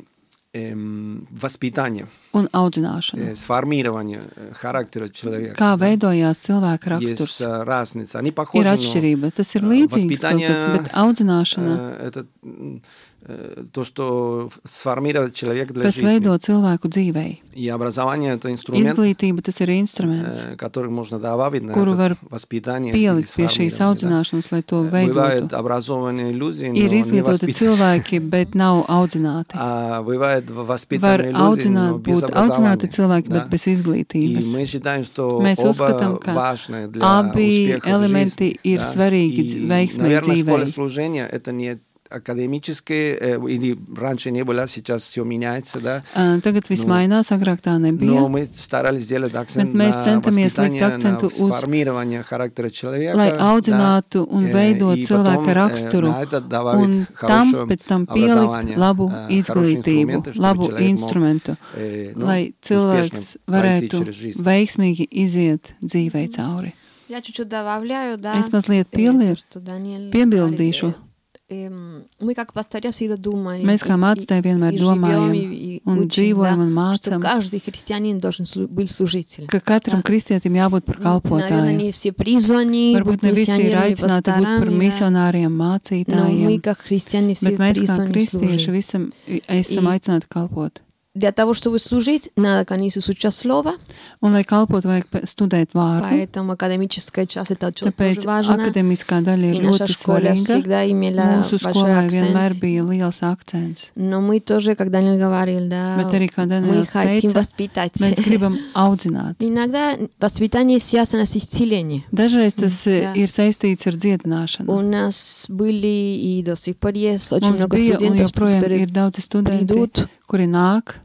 Speaker 5: эм, воспитанием,
Speaker 4: un audzināšanu.
Speaker 5: э, сформированием э, характера человека.
Speaker 4: Kā veidojās cilvēka
Speaker 5: Есть
Speaker 4: raksturs?
Speaker 5: э, разница. Они похожи,
Speaker 4: Ir
Speaker 5: но,
Speaker 4: atšķirība. Tas ir
Speaker 5: ā,
Speaker 4: līdzīgs kaut kas,
Speaker 5: vaspitanie,
Speaker 4: bet audzināšana,
Speaker 5: э, это м, э, то, что сформировал человек для
Speaker 4: kas
Speaker 5: жизни.
Speaker 4: veido cilvēku dzīvei.
Speaker 5: И образование это инструмент,
Speaker 4: Izglītība tas ir instruments,
Speaker 5: э, который можно добавить на
Speaker 4: Куру
Speaker 5: это
Speaker 4: вар-
Speaker 5: воспитание. или
Speaker 4: pielikt pie šīs
Speaker 5: сформирование,
Speaker 4: audzināšanas, lai to
Speaker 5: да. Э, Бывают
Speaker 4: veidotu.
Speaker 5: образованные люди, но
Speaker 4: Ir
Speaker 5: не
Speaker 4: izglītoti
Speaker 5: воспитанные.
Speaker 4: cilvēki, bet nav audzināti.
Speaker 5: А бывают в-
Speaker 4: Var
Speaker 5: воспитанные люди, но
Speaker 4: audzināt,
Speaker 5: без
Speaker 4: būt
Speaker 5: образования.
Speaker 4: audzināti cilvēki,
Speaker 5: да.
Speaker 4: bet bez
Speaker 5: И
Speaker 4: izglītības.
Speaker 5: мы считаем, что
Speaker 4: Mēs
Speaker 5: оба
Speaker 4: uzskatām, ka
Speaker 5: важны для
Speaker 4: Abi
Speaker 5: успеха в
Speaker 4: elementi
Speaker 5: жизни,
Speaker 4: ir
Speaker 5: да.
Speaker 4: svarīgi
Speaker 5: И,
Speaker 4: dz- veiksmai
Speaker 5: наверное, школа
Speaker 4: dzīvei.
Speaker 5: служения – это не академическое, э, или раньше не было, сейчас все меняется, да.
Speaker 4: Ā, Tagad viss
Speaker 5: Nu,
Speaker 4: mainās, agrāk tā
Speaker 5: Но
Speaker 4: nebija.
Speaker 5: мы старались сделать акцент
Speaker 4: mēs
Speaker 5: на
Speaker 4: centamies likt
Speaker 5: воспитание, на
Speaker 4: akcentu uz-
Speaker 5: сформирование характера человека.
Speaker 4: Lai
Speaker 5: да.
Speaker 4: audzinātu un
Speaker 5: Э,
Speaker 4: veidot
Speaker 5: и
Speaker 4: cilvēka
Speaker 5: потом, э,
Speaker 4: raksturu,
Speaker 5: на это
Speaker 4: un
Speaker 5: добавить
Speaker 4: tam
Speaker 5: хорошее
Speaker 4: pēc tam
Speaker 5: образование,
Speaker 4: pielikt
Speaker 5: э,
Speaker 4: labu
Speaker 5: хорошие
Speaker 4: izglītību,
Speaker 5: инструменты, чтобы
Speaker 4: labu
Speaker 5: человек мог,
Speaker 4: instrumentu,
Speaker 5: э, ну,
Speaker 4: lai
Speaker 5: успешно
Speaker 4: cilvēks
Speaker 5: пройти
Speaker 4: varētu
Speaker 5: через жизнь.
Speaker 4: veiksmīgi iziet dzīvē cauri.
Speaker 3: Я чуть-чуть добавляю, да.
Speaker 4: Es
Speaker 3: э,
Speaker 4: mazliet
Speaker 3: то,
Speaker 4: pielieku,
Speaker 3: что Даниэль
Speaker 4: piebildīšu.
Speaker 3: говорит, э, эм, Мы как пастыря всегда думали.
Speaker 4: Mēs
Speaker 3: и-
Speaker 4: kā
Speaker 3: и-
Speaker 4: mācītāji vienmēr
Speaker 3: и живем,
Speaker 4: domājam
Speaker 3: и- и
Speaker 4: un
Speaker 3: учим,
Speaker 4: dzīvojam
Speaker 3: да,
Speaker 4: un
Speaker 3: что
Speaker 4: mācam,
Speaker 3: каждый христианин должен слу- быть служителем.
Speaker 4: ka katram kristietim jābūt par
Speaker 3: Наверное,
Speaker 4: kalpotāju.
Speaker 3: не все призваны
Speaker 4: Varbūt
Speaker 3: быть
Speaker 4: ne visi ir
Speaker 3: миссионерами,
Speaker 4: aicināti būt par
Speaker 3: пасторами, да.
Speaker 4: misionāriem,
Speaker 3: Но мы,
Speaker 4: mācītājiem,
Speaker 3: как христиане, все
Speaker 4: bet mēs kā
Speaker 3: призваны
Speaker 4: kristieši
Speaker 3: служить.
Speaker 4: visam i- esam
Speaker 3: I-
Speaker 4: aicināti kalpot.
Speaker 3: Для того, чтобы служить, надо, конечно, изучать слово,
Speaker 4: Un, lai kalpotu, vajag pe- studēt vārdu.
Speaker 3: поэтому академическая часть это очень
Speaker 4: Tāpēc
Speaker 3: тоже важно.
Speaker 4: akadēmiskā daļa
Speaker 3: И
Speaker 4: ir
Speaker 3: наша
Speaker 4: ļoti
Speaker 3: школа
Speaker 4: svarīga.
Speaker 3: всегда имела
Speaker 4: Mūsu
Speaker 3: большой
Speaker 4: skolā vienmēr
Speaker 3: акцент.
Speaker 4: bija liels akcents.
Speaker 3: Но мы тоже, как Данил говорил, да,
Speaker 4: Bet arī,
Speaker 3: мы
Speaker 4: kā Daniels
Speaker 3: хотим
Speaker 4: teica,
Speaker 3: воспитать.
Speaker 4: mēs gribam audzināt.
Speaker 3: Иногда воспитание связано с исцелением.
Speaker 4: Dažreiz tas
Speaker 3: jā.
Speaker 4: jā. ir saistīts ar
Speaker 3: У
Speaker 4: dziedināšanu.
Speaker 3: нас были и до сих пор есть очень
Speaker 4: Mums
Speaker 3: много
Speaker 4: bija un
Speaker 3: студентов,
Speaker 4: joprojām ir
Speaker 3: которые
Speaker 4: daudz studentu,
Speaker 3: придут
Speaker 4: kuri nāk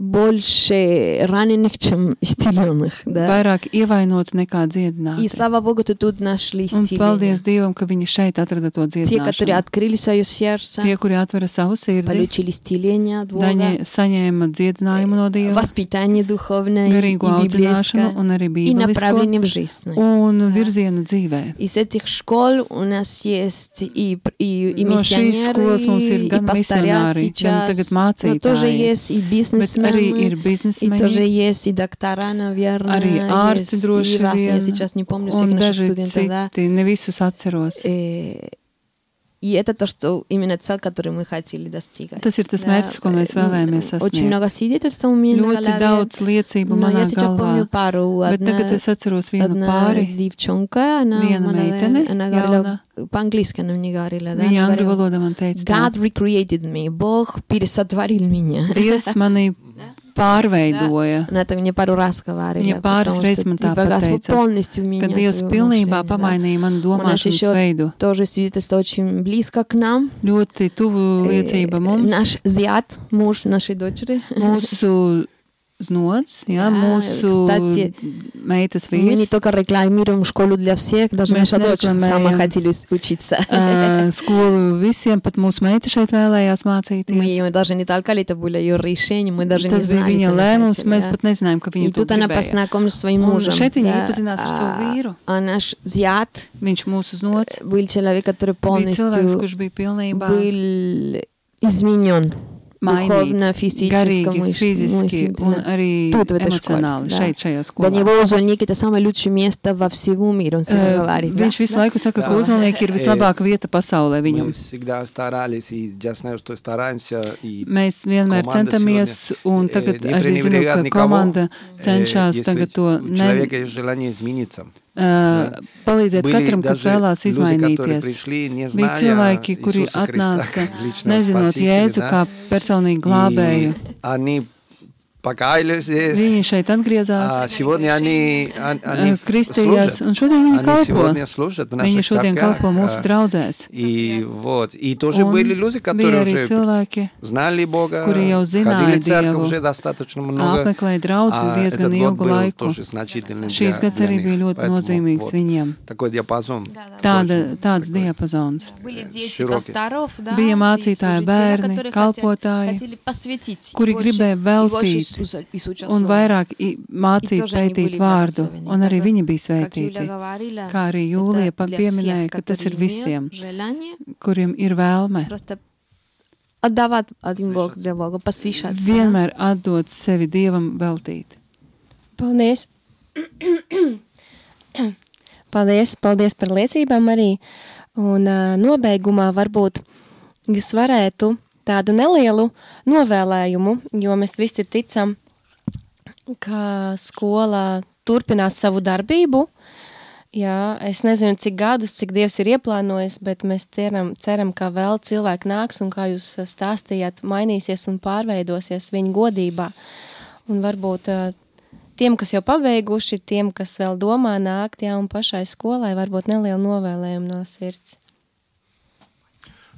Speaker 3: больше раненых, чем исцеленных. Да.
Speaker 4: vairāk ievainoti
Speaker 3: И
Speaker 4: nekā dziedināti.
Speaker 3: слава Богу, ты тут нашли
Speaker 4: Un
Speaker 3: исцеление.
Speaker 4: paldies Dievam, ka viņi šeit atrada to
Speaker 3: Те, которые
Speaker 4: dziedināšanu.
Speaker 3: открыли свое сердце,
Speaker 4: Tie, kuri atvera savu sirdi,
Speaker 3: получили исцеление от Бога,
Speaker 4: daņi, saņēma dziedinājumu no Dieva,
Speaker 3: воспитание духовное и-
Speaker 4: garīgo
Speaker 3: и
Speaker 4: audzināšanu
Speaker 3: библейское,
Speaker 4: un arī
Speaker 3: и
Speaker 4: bībelisko
Speaker 3: направление в жизнь.
Speaker 4: un virzienu dzīvē.
Speaker 3: Из этих школ у нас есть и, и, и
Speaker 4: No šīs
Speaker 3: миссионеры,
Speaker 4: skolas mums ir
Speaker 3: и
Speaker 4: gan
Speaker 3: пастыря
Speaker 4: misionāri, gan
Speaker 3: сейчас,
Speaker 4: tagad
Speaker 3: но
Speaker 4: mācītāji.
Speaker 3: тоже есть и
Speaker 4: Bet arī ir
Speaker 3: бизнесмены, и тоже
Speaker 4: biznesmeņi,
Speaker 3: есть и доктора, наверное,
Speaker 4: arī
Speaker 3: есть
Speaker 4: ārsti droši
Speaker 3: и разные, я
Speaker 4: vien,
Speaker 3: сейчас не помню всех
Speaker 4: un
Speaker 3: наших
Speaker 4: daži
Speaker 3: студентов, да.
Speaker 4: citi, ne visus atceros.
Speaker 3: Э, И это то, что именно цель, которую мы хотели достигать. э,
Speaker 4: Tas ir tas mērķis, ko mēs vēlējāmies
Speaker 3: Очень
Speaker 4: sasniegt.
Speaker 3: много свидетельств у меня на
Speaker 4: Ļoti
Speaker 3: голове.
Speaker 4: daudz liecību
Speaker 3: Но
Speaker 4: manā
Speaker 3: я сейчас
Speaker 4: galvā.
Speaker 3: помню пару.
Speaker 4: Bet tagad es atceros vienu
Speaker 3: одна
Speaker 4: pāri.
Speaker 3: девчонка, она,
Speaker 4: Viena
Speaker 3: молодая,
Speaker 4: meitene,
Speaker 3: она говорила,
Speaker 4: jauna.
Speaker 3: по-английски она мне говорила, да,
Speaker 4: Viņa
Speaker 3: она
Speaker 4: angļu
Speaker 3: говорила,
Speaker 4: valodā man teica, tā,
Speaker 3: God recreated me, Бог пересотворил меня.
Speaker 4: Dievs mani pārveidoja.
Speaker 3: Она это мне пару раз говорила.
Speaker 4: Viņa pāris
Speaker 3: потому
Speaker 4: reizes
Speaker 3: что,
Speaker 4: man tā
Speaker 3: типа, Господь
Speaker 4: pateica,
Speaker 3: полностью меня
Speaker 4: Kad Dievs
Speaker 3: свою
Speaker 4: pilnībā
Speaker 3: отношение, да.
Speaker 4: pamainīja manu domāšanas
Speaker 3: šķiet-
Speaker 4: veidu,
Speaker 3: Тоже свидетельство очень близко к нам.
Speaker 4: ļoti tuvu liecība
Speaker 3: Э,
Speaker 4: mums,
Speaker 3: Наш зят, муж нашей дочери.
Speaker 4: mūsu znots,
Speaker 3: Jā,
Speaker 4: jā, mūsu
Speaker 3: kstati,
Speaker 4: meitas
Speaker 3: Мы не
Speaker 4: vīrs,
Speaker 3: только рекламируем школу для всех, даже
Speaker 4: Мы
Speaker 3: наша
Speaker 4: же
Speaker 3: дочь
Speaker 4: рекламируем.
Speaker 3: сама хотели учиться.
Speaker 4: ā, skolu visiem, pat mūsu meita šeit vēlējās
Speaker 3: Мы
Speaker 4: mācīties.
Speaker 3: ее даже не толкали, это было ее решение, мы даже не
Speaker 4: Tas bija
Speaker 3: знали.
Speaker 4: viņa
Speaker 3: что она
Speaker 4: lēmums,
Speaker 3: хотела,
Speaker 4: mēs
Speaker 3: да.
Speaker 4: pat nezinājām, ka
Speaker 3: И
Speaker 4: viņa to
Speaker 3: тут она
Speaker 4: gribēja.
Speaker 3: познакомилась со своим
Speaker 4: Он
Speaker 3: мужем.
Speaker 4: шет и не
Speaker 3: да.
Speaker 4: познался в свою
Speaker 3: А-
Speaker 4: веру.
Speaker 3: А наш зят
Speaker 4: Viņš mūsu znots
Speaker 3: был человек, который
Speaker 4: bija cilvēks,
Speaker 3: полностью
Speaker 4: kurš bija pilnībā
Speaker 3: был изменен. духовно,
Speaker 4: mainīts,
Speaker 3: физически,
Speaker 4: garīgi,
Speaker 3: muž-
Speaker 4: fiziski un
Speaker 3: mužstvенно.
Speaker 4: arī
Speaker 3: Тут, в этой
Speaker 4: emocionāli
Speaker 3: школе, да.
Speaker 4: šeit, šajā
Speaker 3: Для
Speaker 4: skolā.
Speaker 3: него Узольник это самое лучшее место во всему миру, он
Speaker 4: Э,
Speaker 3: всегда говорит. да.
Speaker 4: Viņš visu laiku saka, ka
Speaker 5: Jā.
Speaker 4: uzmanīgi ir vislabākā vieta pasaulē viņam.
Speaker 5: Мы всегда старались, и я знаю, что стараемся. И
Speaker 4: Mēs vienmēr
Speaker 5: Komandas
Speaker 4: centamies, un
Speaker 5: э,
Speaker 4: tagad
Speaker 5: не
Speaker 4: arī zinu,
Speaker 5: пренебрегать
Speaker 4: ka
Speaker 5: никого.
Speaker 4: komanda cenšas
Speaker 5: э, если
Speaker 4: tagad to
Speaker 5: у
Speaker 4: ne,
Speaker 5: человека есть желание измениться.
Speaker 4: uh, palīdzēt katram, kas
Speaker 5: даже
Speaker 4: vēlās
Speaker 5: люди, которые
Speaker 4: izmainīties.
Speaker 5: пришли, не зная
Speaker 4: Bija cilvēki, kuri
Speaker 5: Иисуса Христа,
Speaker 4: atnāca,
Speaker 5: как личного
Speaker 4: nezinot
Speaker 5: спасителя,
Speaker 4: Jēzu
Speaker 5: да,
Speaker 4: kā personīgi glābēju.
Speaker 5: И они покаялись здесь.
Speaker 4: Viņi šeit atgriezās,
Speaker 5: А сегодня они, он- они
Speaker 4: э, kristījās,
Speaker 5: служат.
Speaker 4: un šodien viņi
Speaker 5: Они
Speaker 4: kalpo.
Speaker 5: сегодня служат в
Speaker 4: Viņi
Speaker 5: наших
Speaker 4: šodien
Speaker 5: церквях.
Speaker 4: kalpo mūsu
Speaker 5: а,
Speaker 4: draugzēs.
Speaker 5: И вот, и тоже были люди,
Speaker 4: bija
Speaker 5: которые
Speaker 4: arī
Speaker 5: уже
Speaker 4: cilvēki,
Speaker 5: знали Бога,
Speaker 4: kuri jau zināja
Speaker 5: ходили в церковь
Speaker 4: Dievu,
Speaker 5: уже достаточно много.
Speaker 4: apmeklēja draugus
Speaker 5: А этот
Speaker 4: diezgan
Speaker 5: год
Speaker 4: ilgu
Speaker 5: был
Speaker 4: laiku.
Speaker 5: тоже значительный для,
Speaker 4: Šīs gads
Speaker 5: для
Speaker 4: arī
Speaker 5: них.
Speaker 4: bija ļoti
Speaker 5: Поэтому
Speaker 4: nozīmīgs
Speaker 5: вот
Speaker 4: viņiem.
Speaker 5: Такой диапазон.
Speaker 4: Tāda,
Speaker 5: очень
Speaker 4: tāds
Speaker 5: такой.
Speaker 4: diapazons.
Speaker 3: Были дети
Speaker 5: широкий.
Speaker 3: пасторов, да,
Speaker 4: Bija mācītāji,
Speaker 3: служители,
Speaker 4: bērni,
Speaker 3: которые хотели,
Speaker 4: kalpotāji,
Speaker 3: хотели посвятить,
Speaker 4: kuri
Speaker 3: и больше-
Speaker 4: gribēja
Speaker 3: и больше
Speaker 4: veltīt
Speaker 3: Иисуса- Иисуса
Speaker 4: un
Speaker 3: Слова.
Speaker 4: vairāk i-
Speaker 3: I
Speaker 4: mācīt,
Speaker 3: to, že viņi
Speaker 4: pētīt
Speaker 3: bija
Speaker 4: vārdu,
Speaker 3: blagosleveni.
Speaker 4: un arī
Speaker 3: Tātad,
Speaker 4: viņi bija
Speaker 3: Как Юля
Speaker 4: svētīti.
Speaker 3: говорила,
Speaker 4: Kā arī
Speaker 3: это
Speaker 4: Jūlija pa-
Speaker 3: для
Speaker 4: pieminēja,
Speaker 3: всех,
Speaker 4: ka tas ir
Speaker 3: которые
Speaker 4: visiem,
Speaker 3: имеют Желание
Speaker 4: kuriem ir vēlme
Speaker 3: просто отдавать один Бог для Бога, посвящаться.
Speaker 4: vienmēr atdot sevi Dievam veltīt.
Speaker 2: Paldies! paldies, paldies par liecībām arī. Un ā, nobeigumā varbūt jūs varētu tādu nelielu novēlējumu, jo mēs visi ticam, ka skola turpinās savu darbību. Jā, es nezinu, cik gadus, cik Dievs ir ieplānojis, bet mēs ceram, ceram ka vēl cilvēki nāks un, kā jūs ā, stāstījāt, mainīsies un pārveidosies viņa godībā. Un varbūt ā, tiem, kas jau pabeiguši, tiem, kas vēl domā nākt, jā, un pašai skolai varbūt neliela novēlējuma no sirds.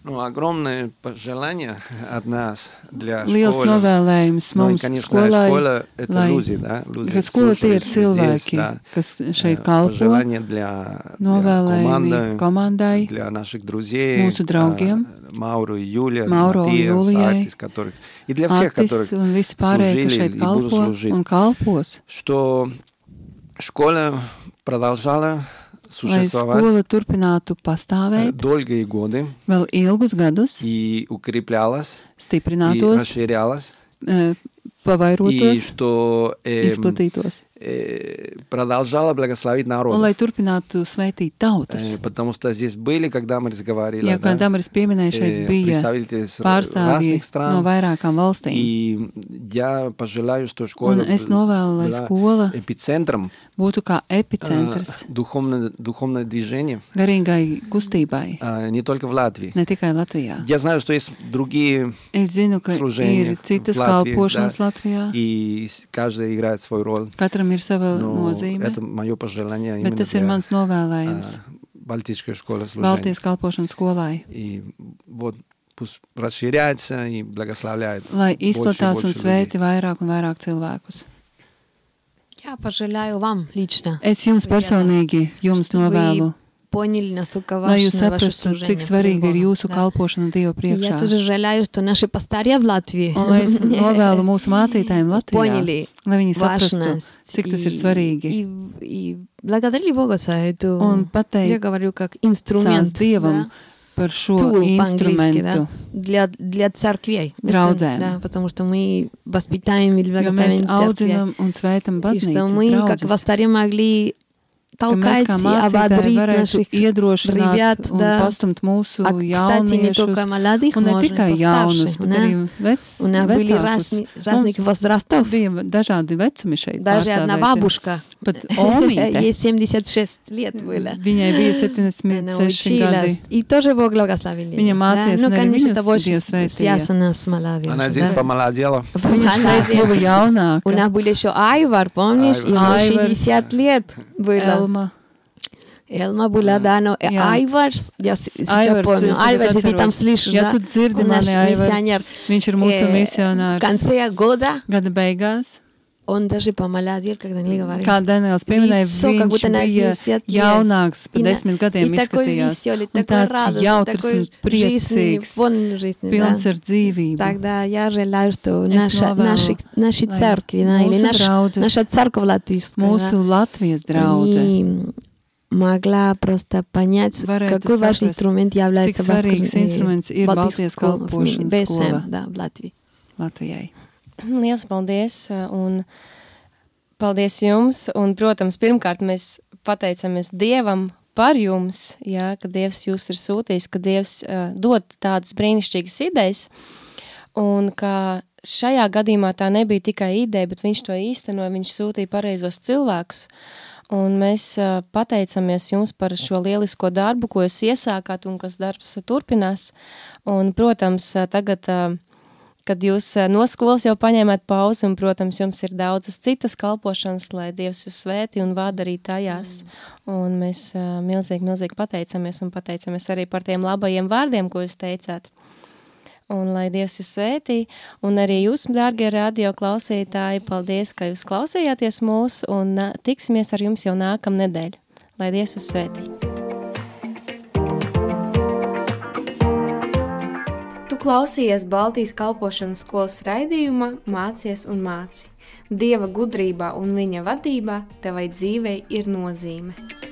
Speaker 5: Ну, огромное пожелание от нас для
Speaker 4: Liels
Speaker 5: школы.
Speaker 4: novēlējums
Speaker 5: Ну, и,
Speaker 4: mums
Speaker 5: конечно,
Speaker 4: skolai.
Speaker 5: школа это
Speaker 4: lai-
Speaker 5: люди, да, люди,
Speaker 4: Ka skola tie ir
Speaker 5: служащие
Speaker 4: cilvēki,
Speaker 5: здесь, да.
Speaker 4: kas šeit
Speaker 5: Э,
Speaker 4: kalpo,
Speaker 5: Пожелание для, для
Speaker 4: novēlējumi
Speaker 5: команды,
Speaker 4: komandai,
Speaker 5: для наших друзей,
Speaker 4: Mūsu draugiem.
Speaker 5: а, Мауру и Юлия,
Speaker 4: Mauro un
Speaker 5: Матиас,
Speaker 4: Julijai,
Speaker 5: Атис, которых, и для всех,
Speaker 4: Atis
Speaker 5: которых
Speaker 4: un visi pārējie, kas
Speaker 5: служили
Speaker 4: šeit
Speaker 5: и будут
Speaker 4: kalpo
Speaker 5: служить,
Speaker 4: un kalpos,
Speaker 5: что школа продолжала
Speaker 4: lai
Speaker 5: существовать
Speaker 4: skola turpinātu
Speaker 5: э,
Speaker 4: pastāvēt
Speaker 5: долгие годы
Speaker 4: vēl ilgus gadus,
Speaker 5: Э, и укреплялась, и
Speaker 4: stiprinātos,
Speaker 5: расширялась,
Speaker 4: eh,
Speaker 5: и
Speaker 4: pavairotos,
Speaker 5: что эм,
Speaker 4: izplatītos,
Speaker 5: э, продолжала благословить народ. Э,
Speaker 4: un lai turpinātu svētīt tautas.
Speaker 5: Потому что здесь были, когда мы разговаривали,
Speaker 4: Jā, kā
Speaker 5: да,
Speaker 4: Damaris pieminēja, šeit
Speaker 5: э,
Speaker 4: bija
Speaker 5: представители с
Speaker 4: pārstāvji
Speaker 5: разных
Speaker 4: no
Speaker 5: стран.
Speaker 4: vairākām valstīm.
Speaker 5: И я пожелаю, что школа
Speaker 4: Un es
Speaker 5: б-
Speaker 4: novēlu,
Speaker 5: была
Speaker 4: lai
Speaker 5: э,
Speaker 4: skola
Speaker 5: эпицентром
Speaker 4: būtu kā
Speaker 5: э,
Speaker 4: epicentrs
Speaker 5: духовно- духовного движения
Speaker 4: garīgai kustībai,
Speaker 5: э, не только в Латвии.
Speaker 4: ne tikai Latvijā.
Speaker 5: Я знаю, что есть другие,
Speaker 4: Es zinu, ka ir
Speaker 5: Služenie
Speaker 4: citas
Speaker 5: Latvijā, jā.
Speaker 4: kalpošanas Latvijā.
Speaker 5: и с- каждая играет свою роль.
Speaker 4: Katram ir sava
Speaker 5: Но
Speaker 4: nozīme,
Speaker 5: а это мое пожелание а
Speaker 4: bet
Speaker 5: именно
Speaker 4: tas ir
Speaker 5: для,
Speaker 4: mans novēlējums.
Speaker 5: э, Балтийской школы служения.
Speaker 4: Baltijas kalpošanas skolai,
Speaker 5: И вот пусть расширяется и благословляет. больше
Speaker 4: lai
Speaker 5: и
Speaker 4: izplatās un
Speaker 5: больше людей.
Speaker 4: sveiti vairāk un vairāk cilvēkus.
Speaker 3: Я пожелаю вам лично,
Speaker 4: Es jums personīgi jums
Speaker 3: Чтобы
Speaker 4: novēlu,
Speaker 3: поняли, насколько
Speaker 4: lai
Speaker 3: важно
Speaker 4: jūs
Speaker 3: ваше
Speaker 4: saprastu,
Speaker 3: служение.
Speaker 4: cik svarīga ir
Speaker 3: Богу,
Speaker 4: jūsu
Speaker 3: да.
Speaker 4: kalpošana Dieva
Speaker 3: И Я тоже
Speaker 4: priekšā.
Speaker 3: жалею, что наши пастыря в Латвии
Speaker 4: Un lai es novēlu mūsu mācītājiem Latvijā,
Speaker 3: поняли
Speaker 4: lai viņi saprastu,
Speaker 3: важность.
Speaker 4: cik tas
Speaker 3: и-
Speaker 4: ir svarīgi.
Speaker 3: И, и благодарили Бога за эту...
Speaker 4: Un
Speaker 3: я
Speaker 4: pateikt
Speaker 3: говорю, как
Speaker 4: Cēls
Speaker 3: инструмент
Speaker 4: Dievam
Speaker 3: да,
Speaker 4: par šo
Speaker 3: Tool по-английски,
Speaker 4: instrumentu,
Speaker 3: да. для, для церквей.
Speaker 4: Draudзēm.
Speaker 3: Да, потому что мы воспитаем и
Speaker 4: jo mēs
Speaker 3: благословим церкви.
Speaker 4: audzinam un svētam
Speaker 3: И что
Speaker 4: baznīcas
Speaker 3: мы, как
Speaker 4: draugus.
Speaker 3: востаре, могли
Speaker 4: ka mēs
Speaker 3: толкать
Speaker 4: kā
Speaker 3: и
Speaker 4: mācītāji
Speaker 3: ободрить
Speaker 4: varētu
Speaker 3: наших
Speaker 4: iedrošināt
Speaker 3: ребят,
Speaker 4: un
Speaker 3: да.
Speaker 4: pastumt mūsu
Speaker 3: А, кстати, не только
Speaker 4: jauniešus.
Speaker 3: молодых,
Speaker 4: Un ne
Speaker 3: можно, и
Speaker 4: tikai jaunus,
Speaker 3: постарше.
Speaker 4: bet arī
Speaker 3: да.
Speaker 4: vec,
Speaker 3: У нас были
Speaker 4: vecākus.
Speaker 3: разни- разных возрастов.
Speaker 4: Bija dažādi vecumi šeit.
Speaker 3: Даже одна
Speaker 4: pārstāvēti.
Speaker 3: бабушка,
Speaker 4: Pat
Speaker 3: ей
Speaker 4: Omīte.
Speaker 3: 76 лет было.
Speaker 4: Viņai bija
Speaker 3: Она
Speaker 4: 76 gadi.
Speaker 3: училась и тоже Бог благословил. её,
Speaker 4: Меня молодец,
Speaker 3: да? Ну,
Speaker 4: наверное,
Speaker 3: конечно,
Speaker 4: видел,
Speaker 3: это больше
Speaker 4: где свои
Speaker 3: связано с молодежью.
Speaker 5: Она здесь
Speaker 3: да.
Speaker 5: помолодела.
Speaker 4: Viņa šeit kļuva
Speaker 3: У
Speaker 4: jaunāka.
Speaker 3: нас были еще Айвар, помнишь? Ему
Speaker 4: Айвар.
Speaker 3: 60 лет было.
Speaker 4: Elma.
Speaker 3: Элма была, да, но э,
Speaker 4: Я.
Speaker 3: Айварс, я с- сейчас
Speaker 4: Айварс,
Speaker 3: помню.
Speaker 4: если
Speaker 3: Айварс,
Speaker 4: ты
Speaker 3: если ты там
Speaker 4: отцервас.
Speaker 3: слышишь,
Speaker 4: Я
Speaker 3: да?
Speaker 4: тут зырды,
Speaker 3: он наш
Speaker 4: мане, Айвар.
Speaker 3: миссионер.
Speaker 4: Viņš ir mūsu
Speaker 3: Э, В
Speaker 4: misionārs.
Speaker 3: конце года
Speaker 4: Gada beigās,
Speaker 3: он даже помолодел, когда не говорил.
Speaker 4: kā Daniels pieminēja,
Speaker 3: Viņš soka,
Speaker 4: viņš
Speaker 3: būtu
Speaker 4: bija
Speaker 3: nācis iet
Speaker 4: jaunāks par
Speaker 3: И на-
Speaker 4: desmit gadiem
Speaker 3: и такой
Speaker 4: izskatījās.
Speaker 3: веселый,
Speaker 4: Un
Speaker 3: такой
Speaker 4: tāds
Speaker 3: радостный,
Speaker 4: jautrs
Speaker 3: такой
Speaker 4: un
Speaker 3: жизненный,
Speaker 4: priecīgs,
Speaker 3: полный жизни, да.
Speaker 4: pilns ar dzīvību.
Speaker 3: Тогда я желаю, что
Speaker 4: Es
Speaker 3: наша,
Speaker 4: novēlu,
Speaker 3: наши, наши
Speaker 4: lai
Speaker 3: церкви, да, или
Speaker 4: mūsu
Speaker 3: наш,
Speaker 4: draudzes,
Speaker 3: наша церковь латвийская, да,
Speaker 4: Mūsu Latvijas draudze.
Speaker 3: они могла просто понять,
Speaker 4: Varētu
Speaker 3: какой ваш
Speaker 4: saprast,
Speaker 3: инструмент является
Speaker 4: cik svarīgs
Speaker 3: воскр- э,
Speaker 4: instruments ir Baltijas
Speaker 3: Балтийского-
Speaker 4: kalpošanas skola.
Speaker 3: BSM, да, в Латвии.
Speaker 4: Latvijai.
Speaker 2: Lielas paldies! eh, Un paldies jums! Un, protams, pirmkārt mēs pateicamies Dievam par jums, jā, ka Dievs jūs ir sūtījis, ka Dievs uh, dod tādas brīnišķīgas idejas. Un ka šajā gadījumā tā nebija tikai ideja, bet viņš to īstenoja, viņš sūtīja pareizos cilvēkus. Un mēs uh, pateicamies jums par šo lielisko darbu, ko jūs iesākāt un kas darbs uh, turpinās. Un, protams, uh, tagad uh, kad jūs eh, no skolas jau paņēmāt pauzi, un, protams, jums ir daudzas citas kalpošanas, lai Dievs jūs svētī un vada arī tajās. Un mēs eh, milzīgi, milzīgi pateicamies un pateicamies arī par tiem labajiem vārdiem, ko jūs teicāt. Un lai Dievs jūs svētī, un arī jūs, dārgie radio klausītāji, paldies, ka jūs klausījāties mūs, un eh, tiksimies ar jums jau nākamnedēļ. Lai Dievs jūs svētī!
Speaker 1: Tu klausies Baltijas kalpošanas skolas raidījumā, mācies un māci. Dieva gudrībā un viņa vadībā tevai dzīvei ir nozīme.